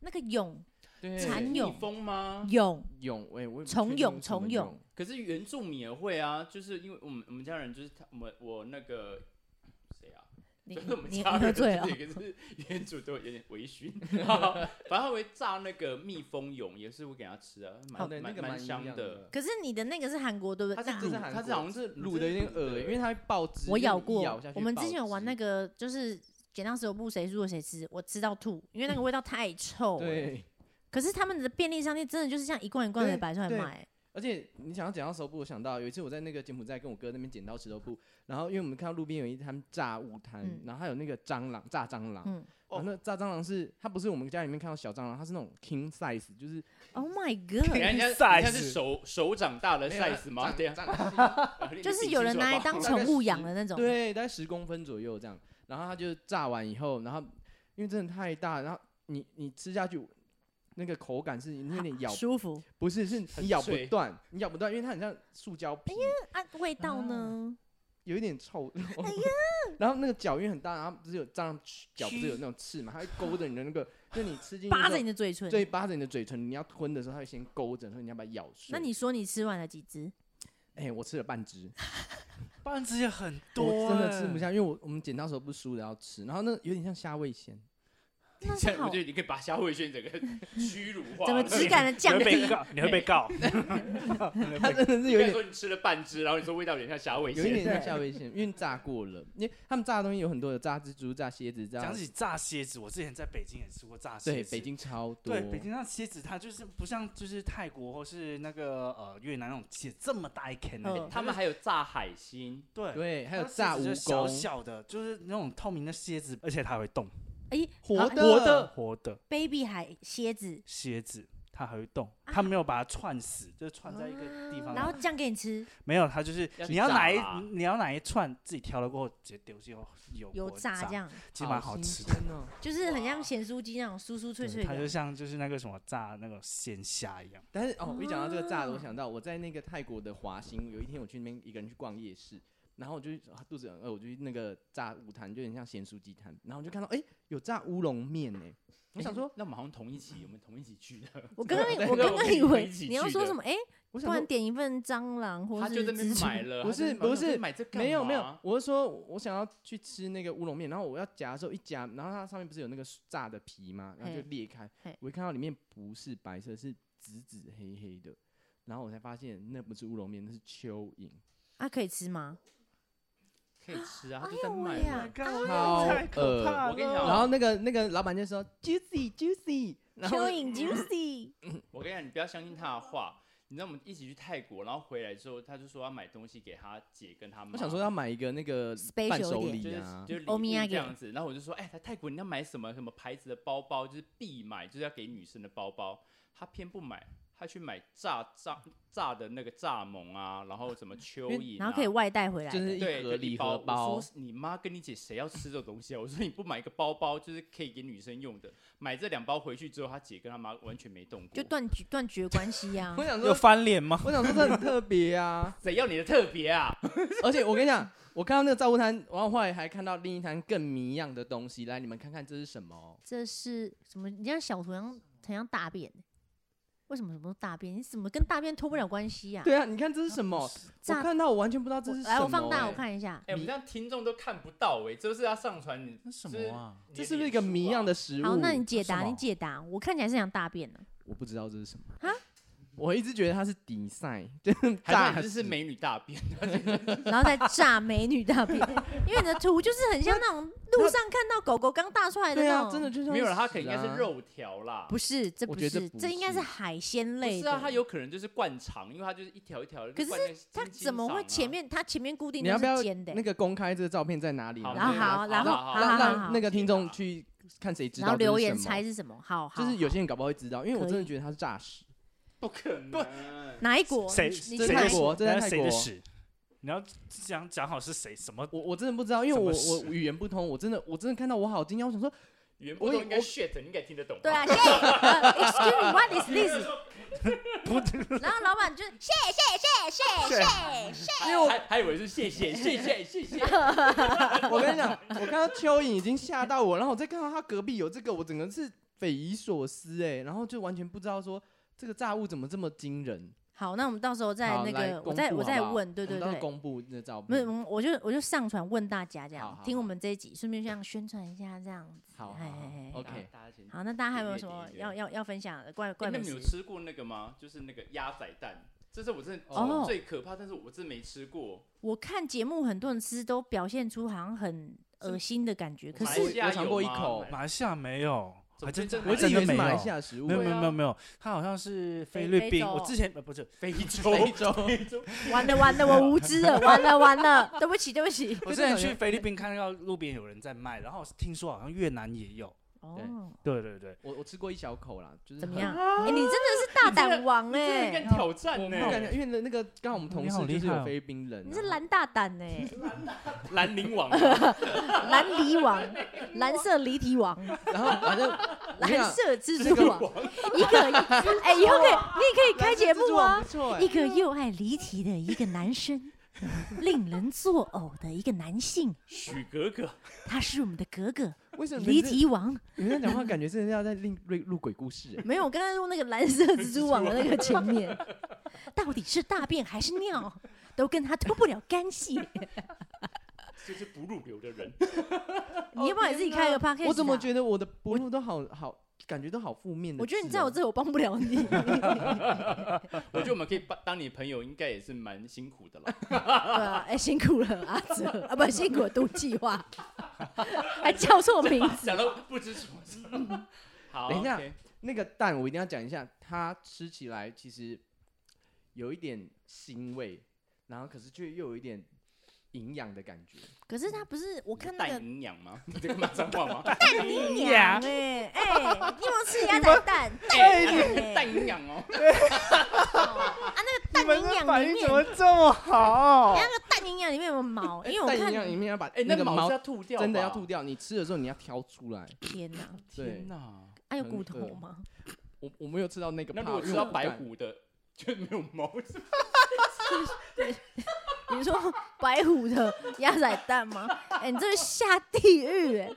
S3: 那个蛹
S2: 对，
S3: 蚕
S1: 蜜
S3: 蛹
S1: 蜂吗？
S3: 蛹，
S2: 蛹，哎，我也不
S3: 虫
S2: 确定
S3: 蛹
S2: 是什
S3: 虫
S2: 么
S3: 蛹
S1: 可是原住民也会啊，就是因为我们我们家人就是他我们我那个谁啊，
S3: 你
S1: 就是我们
S3: 你你
S1: 家
S3: 喝
S1: 人
S3: 醉了
S1: 就是，有一个是原主都有点微醺，反正他会炸那个蜜蜂蛹，也是会给他吃啊，
S2: 好
S1: 蛮
S2: 对，那
S1: 蛮
S2: 个
S1: 蛮
S2: 营
S1: 香
S2: 养
S1: 的。
S2: 的。
S3: 可是你的那个是韩国对不对？
S2: 它
S3: 那
S2: 是这是
S1: 它
S2: 韩
S1: 它
S2: 国
S1: 是好像是
S2: 卤的有点恶因为它会爆汁。
S3: 我
S2: 就
S3: 咬
S2: 你一
S3: 过
S2: 咬下，去
S3: 我们
S2: 爆
S3: 之前有玩
S2: 汁
S3: 那个就是剪刀石头布，谁输了谁吃，我吃到吐，因为那个味道太臭了。
S2: 对，
S3: 可是他们的便利商店真的就是像一罐一罐的
S2: 对
S3: 摆出来
S2: 对
S3: 卖，
S2: 而且你想要剪刀石头布，我想到有一次我在那个柬埔寨跟我哥那边剪刀石头布，然后因为我们看到路边有一摊炸物摊，
S3: 嗯
S2: 然后还有那个蟑螂炸蟑螂，
S3: 嗯
S2: 然
S1: 哦
S2: 后那炸蟑螂是它不是我们家里面看到小蟑螂，它是那种 king size，就是
S3: ，Oh my
S1: 等一下
S3: god，
S1: 人家
S4: size
S1: 人家是手手掌大的 size 吗？
S2: 对
S1: 对
S2: 呀
S1: 啊，，
S2: 长
S3: 就是有人拿来当宠物养的那种，
S2: 对，大概十公分左右这样。然后它就炸完以后，然后因为真的太大，然后你你吃下去，那个口感是你有点咬，
S3: 舒服
S2: 不是是你咬不
S1: 脆
S2: 断，你咬不断，因为它很像塑胶皮，
S3: 啊，味道呢？
S2: 有一点臭。
S3: 哎
S2: 然后那个脚因为很大，然后不是有蟑螂脚不是有那种刺嘛，它会勾着你的那个，就你吃进去
S3: 扒
S2: 之
S3: 着
S2: 后
S3: 你的嘴唇。
S2: 对，扒着你的嘴唇，你要吞的时候，它会先勾着，所以你要把它咬碎。
S3: 那你说你吃完了几只？
S2: 哎、我吃了半只。
S4: 半只也很多、
S2: 我真的吃
S4: 欸
S2: 不下，因为我我们剪刀石头布输了要吃，然后那有点像虾味 鲜，
S3: 那
S1: 现在
S3: 是好
S1: 我觉，得你可以把夏慧轩整个屈辱 化，
S3: 整个质感的降
S4: 你会
S3: 低
S4: 被。告，你会被告。
S2: 它真的是
S1: 有
S2: 有一
S1: 点
S2: 点
S1: 说你吃了半只，然后你说味道有点像虾味
S2: 有一
S1: 鲜，
S2: 点像虾味鲜， 因为炸过了，因为他们炸的东西有很多的，炸蜘蛛、炸蝎子、炸
S4: 讲起炸蝎子，我之前在北京也吃过炸蝎
S2: 对
S4: 子。
S2: 北京超多，
S4: 对北京那蝎子，它就是不像就是泰国或是那个呃越南那种蝎这么大一根的
S3: 嗯。
S1: 他们还有炸海 星，
S4: 对，
S2: 对还有
S4: 它的
S2: 炸
S4: 蝎
S2: 蜈
S4: 子就
S2: 蚣，
S4: 是小小的，就是那种透明的蝎子，而且它还会动，
S3: 哎，
S2: 活的
S4: 活的活的
S3: baby 海蝎子，
S4: 蝎子。它还会动，它没有把它串死，就是串在一个地方。
S3: 啊然后酱给你吃，
S4: 没有，它就是
S1: 要去
S4: 你要哪一
S1: 炸啊
S4: 你要哪一串自己挑了过后直接丢进油
S3: 油
S4: 锅
S3: 炸这，样，
S4: 其实蛮好吃
S2: 新
S4: 的。
S2: 鲜哦。
S3: 就是很像咸酥鸡那种酥酥脆
S4: 对
S3: 脆
S4: 它就
S3: 的。
S4: 像就是那个什么炸那种鲜虾一样。
S2: 但是哦，一讲到这个炸的，我
S3: 啊
S2: 想到我在那个泰国的华兴，有一天我去那边一个人去逛夜市，然后我就、啊肚子很饿，我就去那个炸物摊，就有点像咸酥鸡摊，然后我就看到哎、有炸乌龙面哎，我想说，
S1: 那我们好像同一起，我们同一起 去的，
S3: 我刚刚我
S1: 对
S3: 刚
S1: 我跟
S3: 刚以
S1: 你们
S3: 为
S1: 一起
S3: 你要
S1: 去
S3: 说
S1: 的
S3: 什么？哎，
S2: 我
S3: 不
S2: 想
S3: 然
S2: 说
S3: 点一份蟑螂或
S1: 他
S3: 是
S1: 就在那边
S3: 蜘蛛
S1: 买了，
S2: 不
S1: 他在那边
S2: 是不
S1: 买
S2: 是
S1: 买这干嘛
S2: 没有没有，我是说我想要去吃那个乌龙面，然后我要夹的时候一夹，然后它上面不是有那个炸的皮吗？然后就
S3: 嘿
S2: 裂开
S3: 嘿，
S2: 我一看到里面不是白色，是紫紫黑黑的，然后我才发现那不是乌龙面，那是蚯蚓，
S3: 啊，可以吃吗？
S1: 可以吃啊，
S2: 哎
S1: 他就在
S3: 喂
S1: 卖
S3: 呀
S1: 嘛。
S2: 好
S4: 太可
S2: 恶
S4: 怕了！
S1: 我跟你讲
S2: 然后那个那个老板就说 juicy juicy，然后
S3: 蚯蚓 juicy，
S1: 我跟你讲，你不要相信他的话。你知道我们一起去泰国，然后回来之后，他就说要买东西给他姐跟他妈。
S2: 我想说要买一个那个
S3: Special
S2: 伴手
S1: 就
S2: 礼
S1: 是
S2: 啊，
S1: 就是礼
S3: 欧
S1: 物
S3: 米亚
S1: 这
S3: 给
S1: 样子。然后我就说，哎、在泰国你要买什么什么牌子的包包，就是必买，就是要给女生的包包。他偏不买，他去买炸炸炸的那个蚱蜢啊，然后什么蚯蚓、啊，
S3: 嗯然后可以外带回来
S2: 就
S3: 的。
S2: 是一
S1: 对
S2: 盒
S1: 就
S2: 礼
S1: 包
S2: 盒包
S1: 我说，你妈跟你姐谁要吃这种东西啊？ 我说你不买一个包包，就是可以给女生用的，买这两包回去之后，他姐跟他妈完全没动过。
S3: 就断绝断绝关系啊呀、
S2: 我想
S4: 有
S2: 说
S4: 翻脸吗？
S2: 我想说这很特别啊。
S1: 谁要你的特别 啊？
S2: 而且我跟你讲，我看到那个照顾摊，然后后来还看到另一摊更迷样的东西，来你们看看这是什么？
S3: 这是什么？你这样小图像很像大便，为什么什么都大便？你怎么跟大便脱不了关系呀、
S2: 对啊，你看这是什么？我
S3: 炸
S2: 看到我完全不知道这
S3: 我
S2: 是什么、
S3: 来，我放大
S2: 哎
S3: 我，看一下。
S1: 哎、我们这样听众都看不到哎、这是要上传你
S4: 那什
S1: 就是
S4: 么啊？
S1: 你的
S2: 这是不是一个迷样的食物？
S3: 好，那你解
S4: 什
S3: 答，
S4: 么
S3: 你解答。我看起来是想大便 呢、
S2: 我不知道这是什么
S3: 啊
S2: 我一直觉得它是底赛，就是
S1: 脸书啊？还
S2: 炸
S1: 是你这是
S2: 死
S1: 美女大便，
S3: 然后再炸美女大便，因为你的图就是很像那种路上看到狗狗刚大出来的
S2: 对
S3: 那
S2: 啊，
S3: 种。啊
S2: 真的就像、
S1: 没有了，它可能应该是。肉条啦。
S3: 不是，这
S2: 我
S3: 不
S2: 觉
S3: 是，
S2: 得不
S3: 这应该是
S2: 是
S3: 海鲜
S1: 不
S3: 类
S1: 是
S3: 的。
S1: 啊，它有可能就是灌肠，因为它就是一条一条的
S3: 可
S1: 灌在金
S3: 是
S1: 金嗓啊。
S3: 它怎么会前面它前面固定
S2: 你要
S3: 都
S2: 不要
S3: 是尖的、
S2: 那个公开这个照片在哪里？
S1: 好？
S3: 然后
S1: 那
S3: 好然后
S1: 好
S2: 让
S3: 好好
S2: 让那个听众去看谁知道
S3: 然后
S2: 这是
S3: 留言
S2: 什么
S3: 猜，是什么？好好，
S2: 就是有
S3: 好
S2: 些人搞不好会知道，因为我
S3: 可
S2: 真的
S3: 以
S2: 觉得它是诈尸。
S1: 不可能。
S3: 哪一国？
S4: 谁
S3: 你去
S4: 谁
S2: 这
S3: 哪
S2: 泰
S3: 一
S2: 国这在
S4: 那
S2: 泰
S4: 谁
S2: 国
S4: 的屎？你要讲讲好是谁什么？
S2: 我我真的不知道，因为我
S4: 怎么
S2: 我
S4: 死
S2: 语言不通，我真的我真的看到我好惊讶，我想说
S1: 原不
S2: 我
S1: 都应该
S2: 我
S1: shit，你应该听得懂吧。
S3: 对 啊，谢谢、呃 excuse me, what is this？
S4: 不，
S3: 然后老板就谢谢谢谢谢谢，
S1: 还，因为还还以为是谢谢谢谢谢 谢。哎
S2: 哎我跟你讲，我看到蚯蚓已经吓到我，然后我再看到他隔壁有这个，我整个是匪夷所思哎、然后就完全不知道说这个炸物怎么这么惊人。
S3: 好，那我们到时候再
S2: 好
S3: 那
S2: 来
S3: 个，
S2: 公
S3: 我再
S2: 布
S3: 我
S2: 好
S3: 再
S2: 不好
S3: 问，对
S2: 我们
S3: 对
S2: 到时候
S3: 对。
S2: 公布那照
S3: 没
S2: 片
S3: 有，我。们我就我就上传问大家这
S2: 好
S3: 样
S2: 好，
S3: 听
S2: 好
S3: 我们这一集，顺便这样宣传一下这样子。
S2: 好好
S3: 嘿
S2: 好
S3: 嘿嘿
S2: ，OK
S1: 大家先。
S3: 好，那大家还有没有
S1: 订
S3: 什
S1: 阅
S3: 么
S1: 订阅
S3: 要要要分享的？怪
S1: 欸
S3: 怪
S1: 那
S2: 哎
S3: 美
S1: 你们有
S3: 食？
S1: 吃过那个吗？就是那个鸭仔蛋，这是我真的
S3: 哦
S1: 最可怕，但是我真没吃过。
S3: 我看节目很多人吃都表现出好像很恶心的感觉，可
S1: 马来
S3: 是
S1: 西亚
S2: 我尝过
S1: 有吗
S2: 一口
S1: 马来
S4: 马来西亚没有，
S1: 怎么
S4: 还真
S1: 变成
S4: 我
S2: 我
S1: 海
S2: 一直以
S4: 真的
S2: 为是
S4: 没
S2: 马来
S4: 有
S2: 西亚食物
S4: 没有
S2: 欸，
S4: 没有
S1: 对啊
S4: 没有没有，它好像是菲
S3: 非
S4: 律
S3: 非
S4: 宾，
S3: 洲
S4: 我之前呃不是
S1: 非洲
S2: 非洲
S3: 完了完了，我无知了，完了完了，对不起对不 起。
S4: 我之前去菲律宾看到路边有人在卖，然后听说好像越南也有。
S2: 嗯
S3: 哦，
S4: 对对对，
S2: 我我吃过一小口啦，就是
S3: 怎么
S2: 很
S3: 样？哎，你真的是大胆 王
S1: 真
S3: 哎
S1: 的，敢挑战
S2: 我
S1: 呢、
S2: 不敢讲，因为那那个刚好我们同
S4: 你好
S2: 事
S4: 厉
S2: 就是
S4: 害
S2: 有
S4: 哦
S2: 菲律宾人啊，
S3: 你是蓝大胆哎，
S1: 兰陵王，
S3: 蓝梨王， 蓝色离题 王，
S2: 然后反正我跟
S3: 蓝
S2: 你讲
S3: 色蜘蛛网， 一个 哎，以后可以你也可以开节目啊
S2: 蓝色蜘蛛网不。错
S3: 一
S2: 欸，
S3: 个又爱离题的一个男生， 令人作呕的一个男性，
S1: 许格格，
S3: 他是我们的格格
S2: 为什么
S3: 离题王。
S2: 你们讲话感觉真的要在另录录鬼故事欸？
S3: 没有，我刚刚用那个蓝色蜘蛛网的那个前面， 到底是大便还是尿，都跟他脱不了干 系。
S1: 就是不入流的人，
S3: 你要不要你自己开个 podcast？啊
S2: 我怎么
S3: 得？
S2: 觉得我的博物都好好，感觉都好负面的字哦。
S3: 我觉得你在我这我帮不了你。
S1: 我觉得我们可以帮当你朋友，应该也是蛮辛苦的啦。
S3: 对啊， 哎，辛苦了阿哲 啊，不辛苦了都计 划，还叫错名 字。
S1: 讲到不知所措。 好，
S2: 等一下
S1: OK
S2: 那个蛋，我一定要讲一下，它吃起来其实有一点腥味，然后可是却又有一点营养的感觉。
S3: 可是他不是，我看那
S1: 蛋
S3: 个
S1: 营养吗？ 你在干嘛脏话吗？
S3: 蛋营养哎哎，你有没有吃鸭仔 蛋？
S1: 哎
S3: 蛋欸
S1: 蛋营养哦，
S3: 啊，那个蛋营养里面，
S1: 哦
S3: 哎
S4: 这么好？
S3: 那个蛋营养里面有没有毛？因为我
S2: 但营养里
S3: 看，
S2: 面要把
S1: 哎，
S2: 那个
S1: 毛
S2: 毛
S1: 是要吐掉，
S2: 真的要吐。掉，你吃的时候你要挑出来。
S3: 天哪，
S2: 对
S1: 天，哪！
S3: 还有
S2: 很
S3: 骨头
S1: 嗯
S2: 饿
S3: 吗？
S2: 我我没有吃到那个怕，
S1: 那如果
S2: 因为
S1: 吃到
S2: 我不
S1: 白
S2: 敢，
S1: 虎的，就没有毛，
S3: 你说白虎的鸭仔蛋吗？哎、你这是下地狱哎、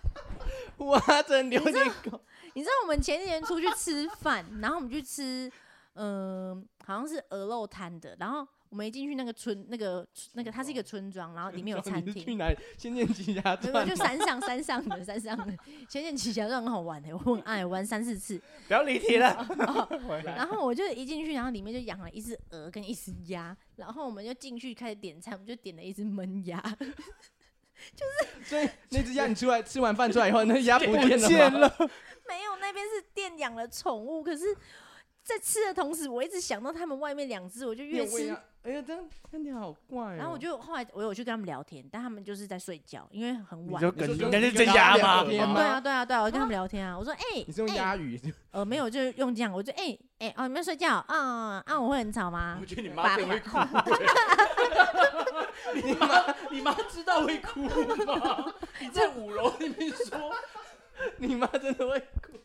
S2: 哇，真流
S3: 你知
S2: 点狗。
S3: 你知道我们前几天出去吃饭，然后我们去吃，嗯、好像是鹅肉摊的，然后我们一进去那个村，那个那个它是一个村庄，然后里面有餐
S2: 你是去
S3: 厅。
S2: 哪里？仙剑奇侠
S3: 没有，没有
S2: 传
S3: 就山上山上的山上的，仙剑奇侠传很好玩的、欸我很爱玩三四次。
S4: 不要离题了。
S3: 然后我就一进去，然后里面就养了一只鹅跟一只鸭，然后我们就进去开始点菜，我们就点了一只焖鸭，
S2: 所以那只鸭你出来吃完饭出来以后，那鸭不见了，
S4: 见
S2: 了。
S3: 没有，那边是店养了宠物，可是，在吃的同时，我一直想到他们外面两只，我就
S2: 你有
S3: 越
S2: 喂
S3: 吃
S2: 鸭。哎呀，这样看起来好怪哦。
S3: 然后我就后来我有去跟他们聊天，但他们就是在睡觉，因为很
S4: 你
S3: 晚。
S4: 就
S2: 你说
S4: 跟
S2: 跟
S4: 人家
S2: 你
S4: 是真
S2: 跟
S4: 假
S2: 他聊
S4: 吗？
S2: 天
S3: 对
S2: 吗
S3: 啊，对啊，对啊，我跟他们聊天啊，我说，哎、
S2: 你是用
S3: 哎
S2: 鸭语，
S3: 呃，没有，就是用这样，我就，哎、哎、哦，你们睡觉，啊、啊，我会很吵吗
S1: 我？觉得你妈真会哭。 你妈，你妈知道会哭吗？你在五楼那边说，
S2: 你妈真的会哭。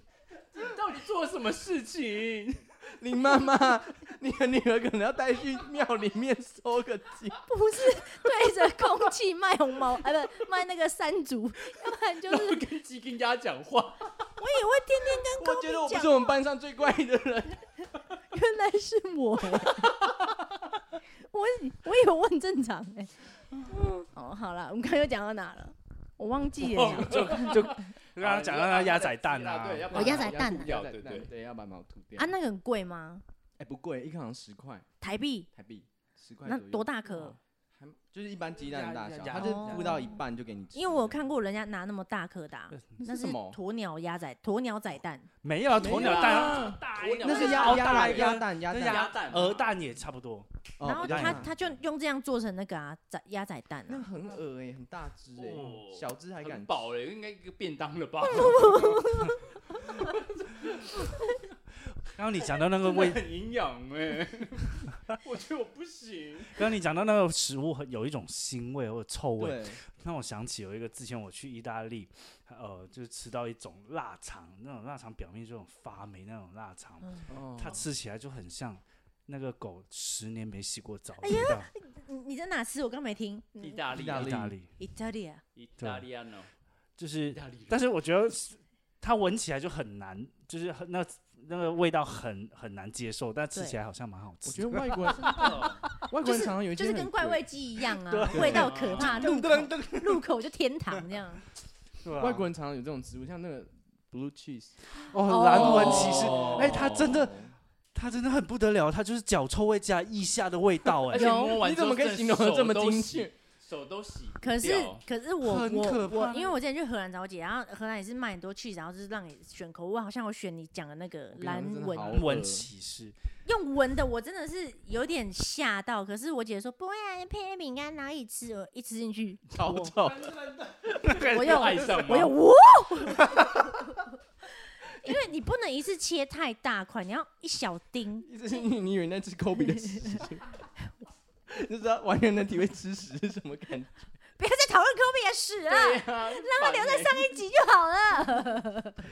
S1: 你到底做了什么事情？
S2: 林妈妈，你的女儿可能要带去庙里面收个金。
S3: 不是 对着空气卖红毛，哎、不卖那个山竹，要不然就
S1: 然
S3: 是
S1: 后跟鸡跟鸭讲话，
S3: 我也会天天跟
S2: 我
S3: 高
S2: 觉得我
S3: 比讲
S2: 不是，我们班上最怪的人。
S3: 原来是我、我以我以为我很正常哎、哦，好了，我们刚刚又讲到哪了？我忘记
S2: 哦
S3: 了。
S4: 就就刚刚讲到那鸭仔蛋啊，
S1: 对，要把
S3: 哦鸭仔蛋啊
S1: 吐 掉，对
S2: 对
S1: 对。
S2: 对，要把毛吐掉
S3: 啊，。那个很贵吗？
S2: 哎，不贵，一颗好像十块
S3: 台币？
S2: 台币，十块
S3: 那
S2: 左右哦嗯
S3: 多？大颗？哦
S2: 还就是一般鸡蛋的大小，
S4: 鸭
S2: 它就孵到一半就给你吃。
S3: 因为我有看过人家拿那么大颗的啊、那
S2: 那是
S3: 是
S2: 什么
S3: 鸵鸟鸭仔、鸵鸟仔蛋，
S4: 没有啊，鸵鸟蛋，
S2: 啊，
S1: 鸵鸟
S2: 那是
S4: 超
S2: 鸭鸭
S4: 大
S2: 蛋
S4: 一个
S2: 鸭蛋鸭
S4: 那
S2: 蛋
S1: 鸭蛋嘛
S4: 鹅蛋啊也差不多。
S2: 哦
S3: 然后
S2: 比较
S3: 他
S2: 大
S3: 他就用这样做成那个啊仔鸭仔蛋
S2: 那
S3: 啊，
S2: 很恶哎，很大只哎
S1: 哦，
S2: 小只还敢
S1: 很
S2: 吃
S1: 饱了，应该一个便当了 吧？
S4: 刚刚你讲到那个
S1: 真的
S2: 啊
S4: 味，
S1: 很营养哎，我觉得我不行。
S4: 刚刚你讲到那个食物很有一种腥味或者臭味，
S2: 对，
S4: 让我想起有一个之前我去意大利，呃，就是吃到一种腊肠，那种腊肠表面这种发霉那种腊肠，
S3: 嗯
S2: 哦
S4: 它吃起来就很像那个狗十年没洗过澡的味道。
S3: 你你在哪吃？我刚没听。嗯
S1: 意大利
S2: 嗯
S1: 啊
S2: 意，大
S4: 意大利
S3: 意大利啊，
S1: 意大利安
S4: 就
S1: 意
S4: 是，
S1: 大利人。
S4: 但是我觉得它闻起来就很难，就是很那那个味道很很难接受，但吃
S3: 对
S4: 起来好像蛮好
S2: 我
S4: 吃
S2: 觉
S4: 的。
S2: 得 外国人
S1: 哦
S2: 外国
S3: 就
S2: 人
S3: 是
S2: 常常有一些
S3: 就是
S2: 很
S3: 跟怪
S2: 诡
S3: 味鸡一样 啊，
S4: 对
S3: 味道可怕，入
S2: 噔
S3: 口
S2: 噔噔
S3: 入口就天堂这 样。
S4: 对啊
S2: 外国人常常有这种植物，像那个 blue cheese，
S4: 哦，蓝纹骑士，
S1: 哦
S4: 哎、它真的，它真的很不得了，它就是脚臭味加腋下的味道、
S1: 而
S4: 哎，
S1: 且摸完
S2: 你怎么可以形容的这么精确？？
S1: 手都洗不
S3: 可是
S1: 掉
S3: 可是我
S4: 很
S3: 我
S4: 可
S3: 我
S4: 怕，
S3: 因为我之前去荷兰找我姐，然后荷兰也是卖很多 cheese，然后就是让你选口味，好像我选你讲的那个
S2: 跟你讲
S3: 蓝
S2: 那真的
S3: 纹
S2: 好
S4: 英文
S2: 恶
S4: 歧视，
S3: 用闻的我真的是有点吓到，可是我姐说不会啊，配饼干然后一吃，我一吃进去，
S2: 超
S3: 我
S2: 臭，
S3: 我有
S1: 爱上
S3: 我有
S1: 吗？
S3: 哇， 因为你不能一次切太大块，你要一小丁。
S2: 这是你你以为那只科比的屎，你知道完全能体会吃屎是什么感觉？
S3: 不要再讨论科比的屎了，
S2: 对啊，
S3: 让它留
S1: 欸
S3: 在上一集就好了。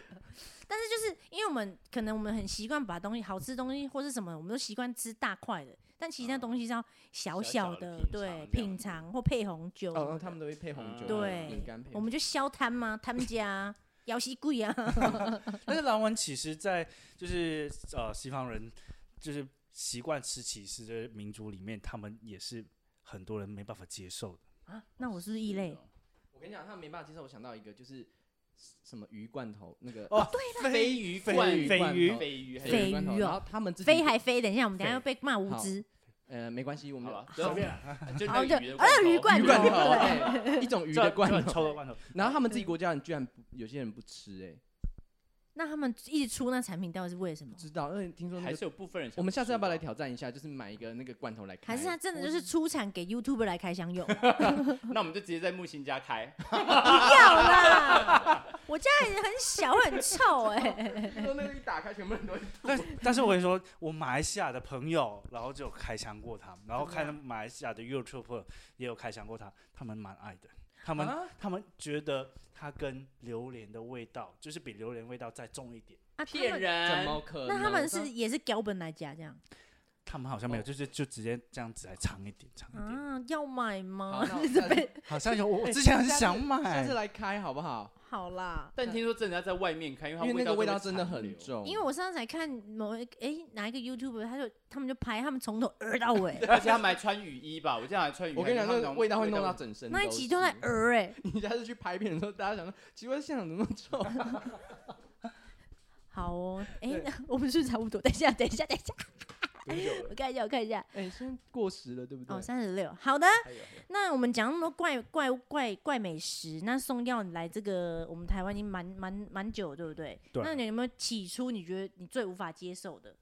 S3: 但是就是因为我们可能我们很习惯把东西好吃的东西或是什么，我们都习惯吃大块的，但其实那东西是要小
S1: 小
S3: 小
S1: 的
S3: 的，
S1: 品尝
S3: 对，
S1: 这样
S3: 品
S1: 子
S3: 尝或配红酒。
S2: 哦，那他们都会配红酒，
S3: 对
S2: 饼干配
S3: 我们就消摊嘛，他们家摇西贵 啊，
S4: 但是蓝纹其实，在就是呃西方人就是习惯吃起司的民族里面，他们也是很多人没办法接受的。
S3: 那我是不是异
S1: 哦
S3: 类？
S2: 我跟你讲，他们没办法接受。我想到一个，就是什么鱼罐头，那个
S4: 哦，
S2: 飞鱼
S4: 飞
S2: 罐
S4: 鱼
S2: 罐
S4: 飞鱼
S2: 头
S1: 飞鱼还
S3: 飞
S1: 是
S2: 鱼罐头
S3: 鱼哦
S2: 然后他们自己
S3: 飞还飞，等一下我们等一下
S4: 飞
S3: 又被骂无
S2: 好
S3: 知。
S2: 呃没关系，我们
S1: 好
S2: 就
S1: 吧，随便，就
S3: 好
S1: 那
S3: 就
S1: 个鱼的
S3: 啊那鱼罐
S2: 鱼
S1: 头
S2: 罐头，
S3: 头
S2: 对，一种鱼的罐头。
S4: 抽的罐头，
S2: 然后他们自己国家人居然不有些人不吃，哎，
S3: 那他们一直出那产品到底是为什么
S2: 不？知道，因为听说 那
S1: 还
S2: 个
S1: 是有部分人想吃吧。
S2: 我们下次要不要来挑战一下？就是买一个那个罐头来开，
S3: 还是他真的就
S2: 哎我
S3: 是出产给 YouTube 来开箱 用？
S1: 那我们就直接在木星家开，
S3: 不要啦，我家里很小，会很臭哎、
S2: 听说那个一打开，全部人都会
S4: 但但是我跟你说，我马来西亚的朋友，然后就有开箱过他们，然后看马来西亚的 YouTube 也有开箱过他，他们蛮爱的，他们、
S2: 啊
S4: 他们觉得它跟榴莲的味道，就是比榴莲味道再重一点。
S3: 啊，他
S1: 骗
S3: 们
S2: 怎
S1: 人。
S2: 么可能？
S3: 那啊他们是也是脚本来加这样
S4: 他们好像没有，
S2: 哦
S4: 就是就直接这样子来尝一点，尝一点，
S3: 啊？要买
S2: 好，
S3: 吗？
S2: 那我下次
S4: 好像有。我我
S2: 哎
S4: 之前很
S2: 下次
S4: 想
S2: 下
S4: 买
S2: 次，来开好不好？
S3: 好啦，
S1: 但听说真的要在外面开，因
S2: 因为那
S1: 它
S2: 个味
S1: 味
S2: 道
S1: 道
S2: 真的很
S1: 重。，
S2: 重，
S3: 因为我上次才看某一个哎、哪一个 YouTube，他就他们就拍他们从头儿到 尾
S1: 而且他们还穿雨衣吧？我这样还穿雨衣，
S2: 我跟你讲，
S1: 还
S2: 那
S1: 是他
S2: 个
S1: 们
S2: 味道会弄到。整身。
S3: 那一集都在。儿哎、
S2: 你下次去拍片的时候，大家想说，奇怪现场怎么那么臭？
S3: 好哦，哎、
S2: 对
S3: 那 我们是不是差不多，等一下，等一下，等一下，
S1: 多久了
S3: 我看一下，我看一下，
S2: 哎，现在过时了，对不对
S3: 哦，？三十六，好的，
S1: 还有还有
S3: 那我们讲那么多怪怪怪怪美食，那宋耀你来这个我们台湾已经蛮蛮蛮久了，对不对？
S4: 对
S3: 那你有没有起初你觉得你最无法接受的？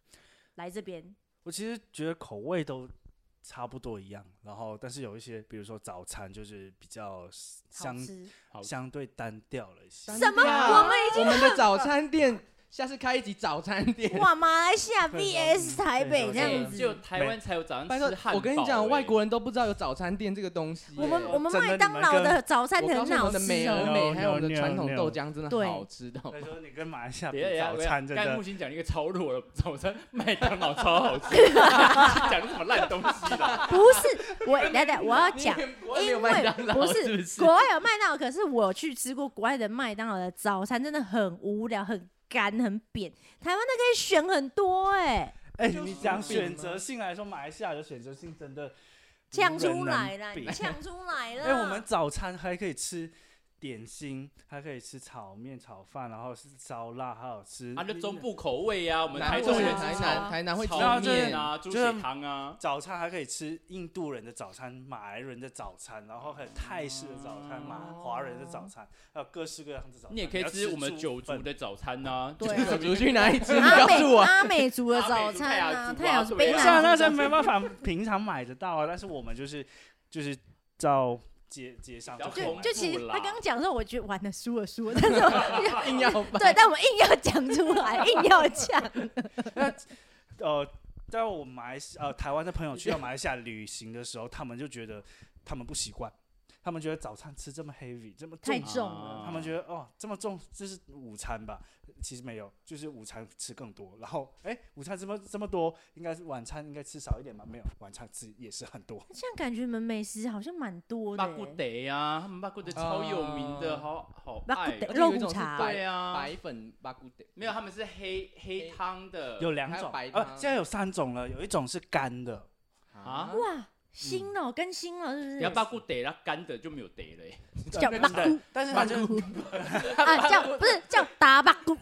S3: 来这边
S4: 我其实觉得口味都差不多一样，然后但是有一些，比如说早餐就是比较
S3: 好
S4: 相
S3: 吃，
S1: 好
S4: 相对单调了一些。
S2: 单
S3: 什么
S2: 调
S3: 我们已
S2: 啊我们的早餐店，下次开一集早餐店。
S3: 哇，马来西亚
S4: 对对
S3: VS 台北这样
S1: 只有
S3: 子，
S1: 台湾才有早上
S2: 拜托
S1: 吃汉堡、，欸。
S2: 我跟你讲，外国人都不知道有早餐店这个东西耶。欸
S3: 我们我们
S4: 真的
S3: 麦
S4: 你
S3: 当
S4: 们
S3: 劳
S4: 跟
S3: 的早餐
S2: 我告
S3: 很
S2: 诉你
S3: 好
S2: 我
S3: 吃
S2: 的美
S3: 哦
S2: 而。美，还有我们的
S4: No, no,
S2: 传统
S4: no.
S2: 豆浆真
S3: 对
S2: 的好吃的。
S4: 所以说你跟马来西亚
S1: 等
S4: 比
S1: 一下
S4: 早餐
S1: 等一下
S4: 真
S1: 刚才
S4: 的
S1: 木星讲了一个超弱的早餐，麦当劳超好吃， 讲的什么烂东西啦？
S3: 不是，我等等我要讲，因为不是国外有麦当劳，可是我去吃过国外的麦当劳的早餐，真的很无聊，很干，很扁。台湾的可以选很多哎、
S4: 哎，
S2: 就是
S4: 你讲
S2: 饼
S4: 选
S2: 吗
S4: 择性来说，马来西亚的选择性真的
S3: 呛
S4: 无
S3: 出
S4: 人
S3: 来
S4: 能
S3: 了，
S4: 比
S3: 你呛出来了。
S4: 哎，我们早餐还可以吃点心，还可以吃炒面、炒饭，然后是烧腊，还有吃
S1: 啊，就中部口味啊，我们
S2: 南
S1: 台
S2: 部
S1: 中
S2: 人
S1: 人
S3: 啊
S2: 台
S1: 吃
S2: 南台南会
S1: 炒
S4: 然
S2: 吃
S4: 后就是
S1: 面
S2: 面，
S1: 啊，猪
S4: 就是
S1: 血汤啊，
S4: 早餐还可以吃印度人的早餐、马来人的早餐，然后还有泰式的早餐、马华人的早餐，还有各式各样的早餐。
S1: 你也可以
S4: 要
S1: 吃我们
S4: 猪
S1: 九族
S4: 粉
S1: 的早餐呐、啊。
S3: 对
S2: 手足去 哪里 吃？你
S3: 阿
S2: 告诉
S3: 美
S2: 我，
S3: 阿美族的
S1: 阿美
S3: 早
S1: 族
S3: 餐
S1: 泰雅
S3: 啊，
S1: 族
S3: 太
S1: 啊
S3: 阳族、
S1: 对
S3: 北
S1: 啊
S4: 是啊，
S3: 南
S4: 那
S3: 族
S4: 是没办法，平常买得到啊。但是我们就是就是到街街上
S1: 比较
S4: 就
S1: 口
S3: 就
S1: 味
S3: 就其实
S1: 啦
S3: 他刚刚讲的时候，我觉得完了，输了输了，但是我
S2: 硬要掰
S3: 对，但我硬要讲出来，硬要讲。
S4: 呃，在我马来西呃台湾的朋友去到马来西亚旅行的时候，他们就觉得他们不习惯，他们觉得早餐吃这么 heavy 这么
S3: 太
S4: 重
S3: 重了
S4: 他们觉得哦，这么重，这是午餐吧？其实没有，就是午餐吃更多。然后，哎，午餐这么这么多，应该是晚餐应该吃少一点吧？没有，晚餐吃也是很多。
S3: 这样感觉你们美食好像蛮多的
S1: 巴
S3: 欸、
S1: 古德啊，他们巴古德超有名的，
S2: 啊
S1: 好好
S3: 巴
S1: 爱
S3: 古。德
S2: 而且
S3: 肉
S2: 有一
S3: 骨
S2: 种是
S3: 茶，
S2: 白
S1: 对啊，
S2: 白粉巴古德
S1: 没有，他们是黑黑
S2: 黑
S1: 汤的，
S4: 有两
S2: 还有
S4: 种，
S2: 白
S4: 呃，
S2: 汤
S4: 现在有三种了，有一种是干的，
S1: 啊
S3: 哇，新了、更新了，是不是？
S1: 然后巴古德，然后干的就没有德了欸。
S3: 叫
S4: 对
S3: 巴
S4: 对
S3: 古
S4: 但是
S3: 巴
S4: 它就
S3: 古 啊，叫不是叫达巴 古，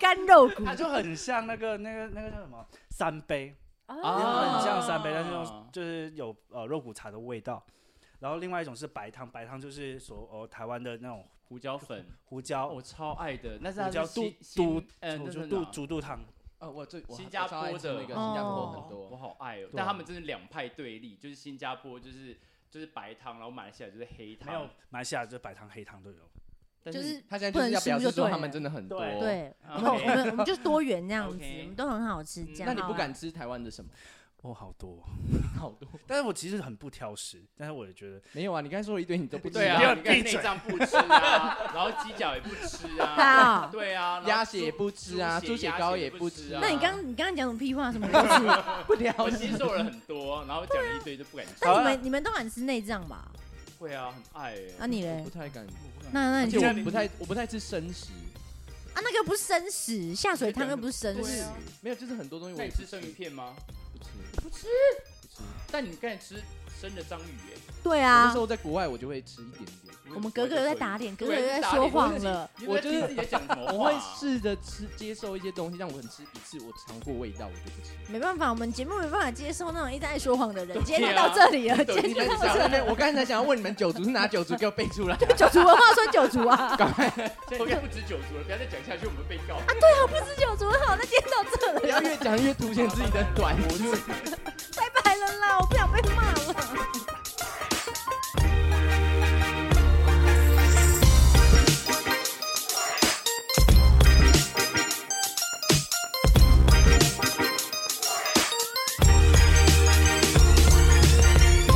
S3: 干肉骨
S4: 它就很像那个那个那个叫什么三杯，它
S1: 啊
S4: 很像
S1: 像
S4: 三杯，但是
S1: 哦
S4: 用就是有呃肉骨茶的味道。然后另外一种是白汤，白汤就是所呃台湾的那种
S1: 胡椒粉，
S4: 胡椒，
S1: 哦我超爱的，那是它
S4: 胡椒
S1: 是新
S4: 肚
S1: 新
S4: 肚
S1: 呃，那
S4: 就是肚
S1: 哪
S4: 猪肚汤，
S2: 哦，我最我
S1: 新加
S2: 我超爱
S1: 坡
S2: 吃
S1: 的
S2: 那个新加坡
S1: 哦
S2: 很
S1: 我
S2: 多，
S1: 好爱哦。
S4: 对
S1: 但
S4: 啊
S1: 他们真的两派对立，就是新加坡就是就是白汤，然后马来西亚就是黑
S4: 没有
S1: 汤，
S4: 马来西亚就是白汤黑汤都有。
S1: 但
S3: 就是
S2: 他现在
S3: 不
S2: 就是
S3: 能
S2: 要表
S3: 输就
S2: 示说
S3: 对
S2: 他
S3: 了
S2: 们真的很多。
S4: 对，
S3: 对，
S1: OK
S3: 我们我们我们就是多元这样子，
S1: OK
S3: 我们都很好吃
S1: 嗯
S3: 这样。
S2: 啊那你
S3: 好
S2: 不
S3: 啊
S2: 敢吃台湾的什么？
S4: 哦，好多哦，
S2: 好多
S4: 但是我其实很不挑食，但是我也觉得
S2: 没有啊？你刚才说了一堆，你都不吃
S1: 对
S4: 你
S1: 啊，
S4: 要
S1: 你看
S4: 闭
S1: 内
S4: 嘴
S1: 脏不吃啊，然后鸡脚也不吃 啊，
S3: 啊
S1: 对啊，然后
S2: 鸭血也不吃啊，
S1: 猪
S2: 猪
S1: 血
S2: 血
S1: 鸭
S2: 糕
S1: 血
S2: 也
S1: 不
S2: 不
S1: 吃
S2: 吃
S1: 啊
S2: 啊。
S3: 那你刚你刚刚讲的屁话，什么 都吃。
S2: 不聊
S1: 我吸收了很多，然后讲了一堆就不敢吃。
S3: 那你们你们都敢吃内脏吧？
S1: 会啊，很爱欸
S3: 啊你
S2: 我
S3: 嘞
S2: 不？太敢，
S3: 那那
S2: 而
S3: 你
S2: 且
S3: 就啊啊
S2: 我不太我不太吃生食，
S3: 那个又不是生食，下水汤又不是生
S1: 对
S3: 食
S1: 啊。
S2: 没有，就是很多东西我
S1: 那
S2: 也
S1: 你
S2: 不
S1: 吃生鱼片吗？
S2: 不吃
S1: 不吃，
S2: 不吃。
S1: 但你刚才吃生的章鱼哎，
S3: 对
S2: 我那
S3: 啊
S2: 时，候在国外，我就会吃一点点，
S3: 我们格格又在打脸，格格又在
S1: 打
S3: 说
S1: 脸
S3: 谎了。
S1: 你有没有
S2: 啊我就是
S1: 听自己在讲什么话啊，
S2: 我会试着吃接受一些东西，但我很吃一次，我尝过味道我就不吃。
S3: 没办法，我们节目没办法接受那种一直爱说谎的人。今天
S1: 对
S3: 就
S1: 啊
S3: 到这里了，
S1: 对
S3: 今
S2: 你
S3: 天
S2: 们
S3: 就
S2: 讲那边，我刚才想要问你们九族是哪九族，给我背出来。
S3: 九族文化说九族 啊，啊
S1: 现在应该不止九族了，不要再讲下去，我们被告。
S3: 啊对啊，不是九族很好，那今天到这了。
S2: 不要越讲越凸显自己的短处。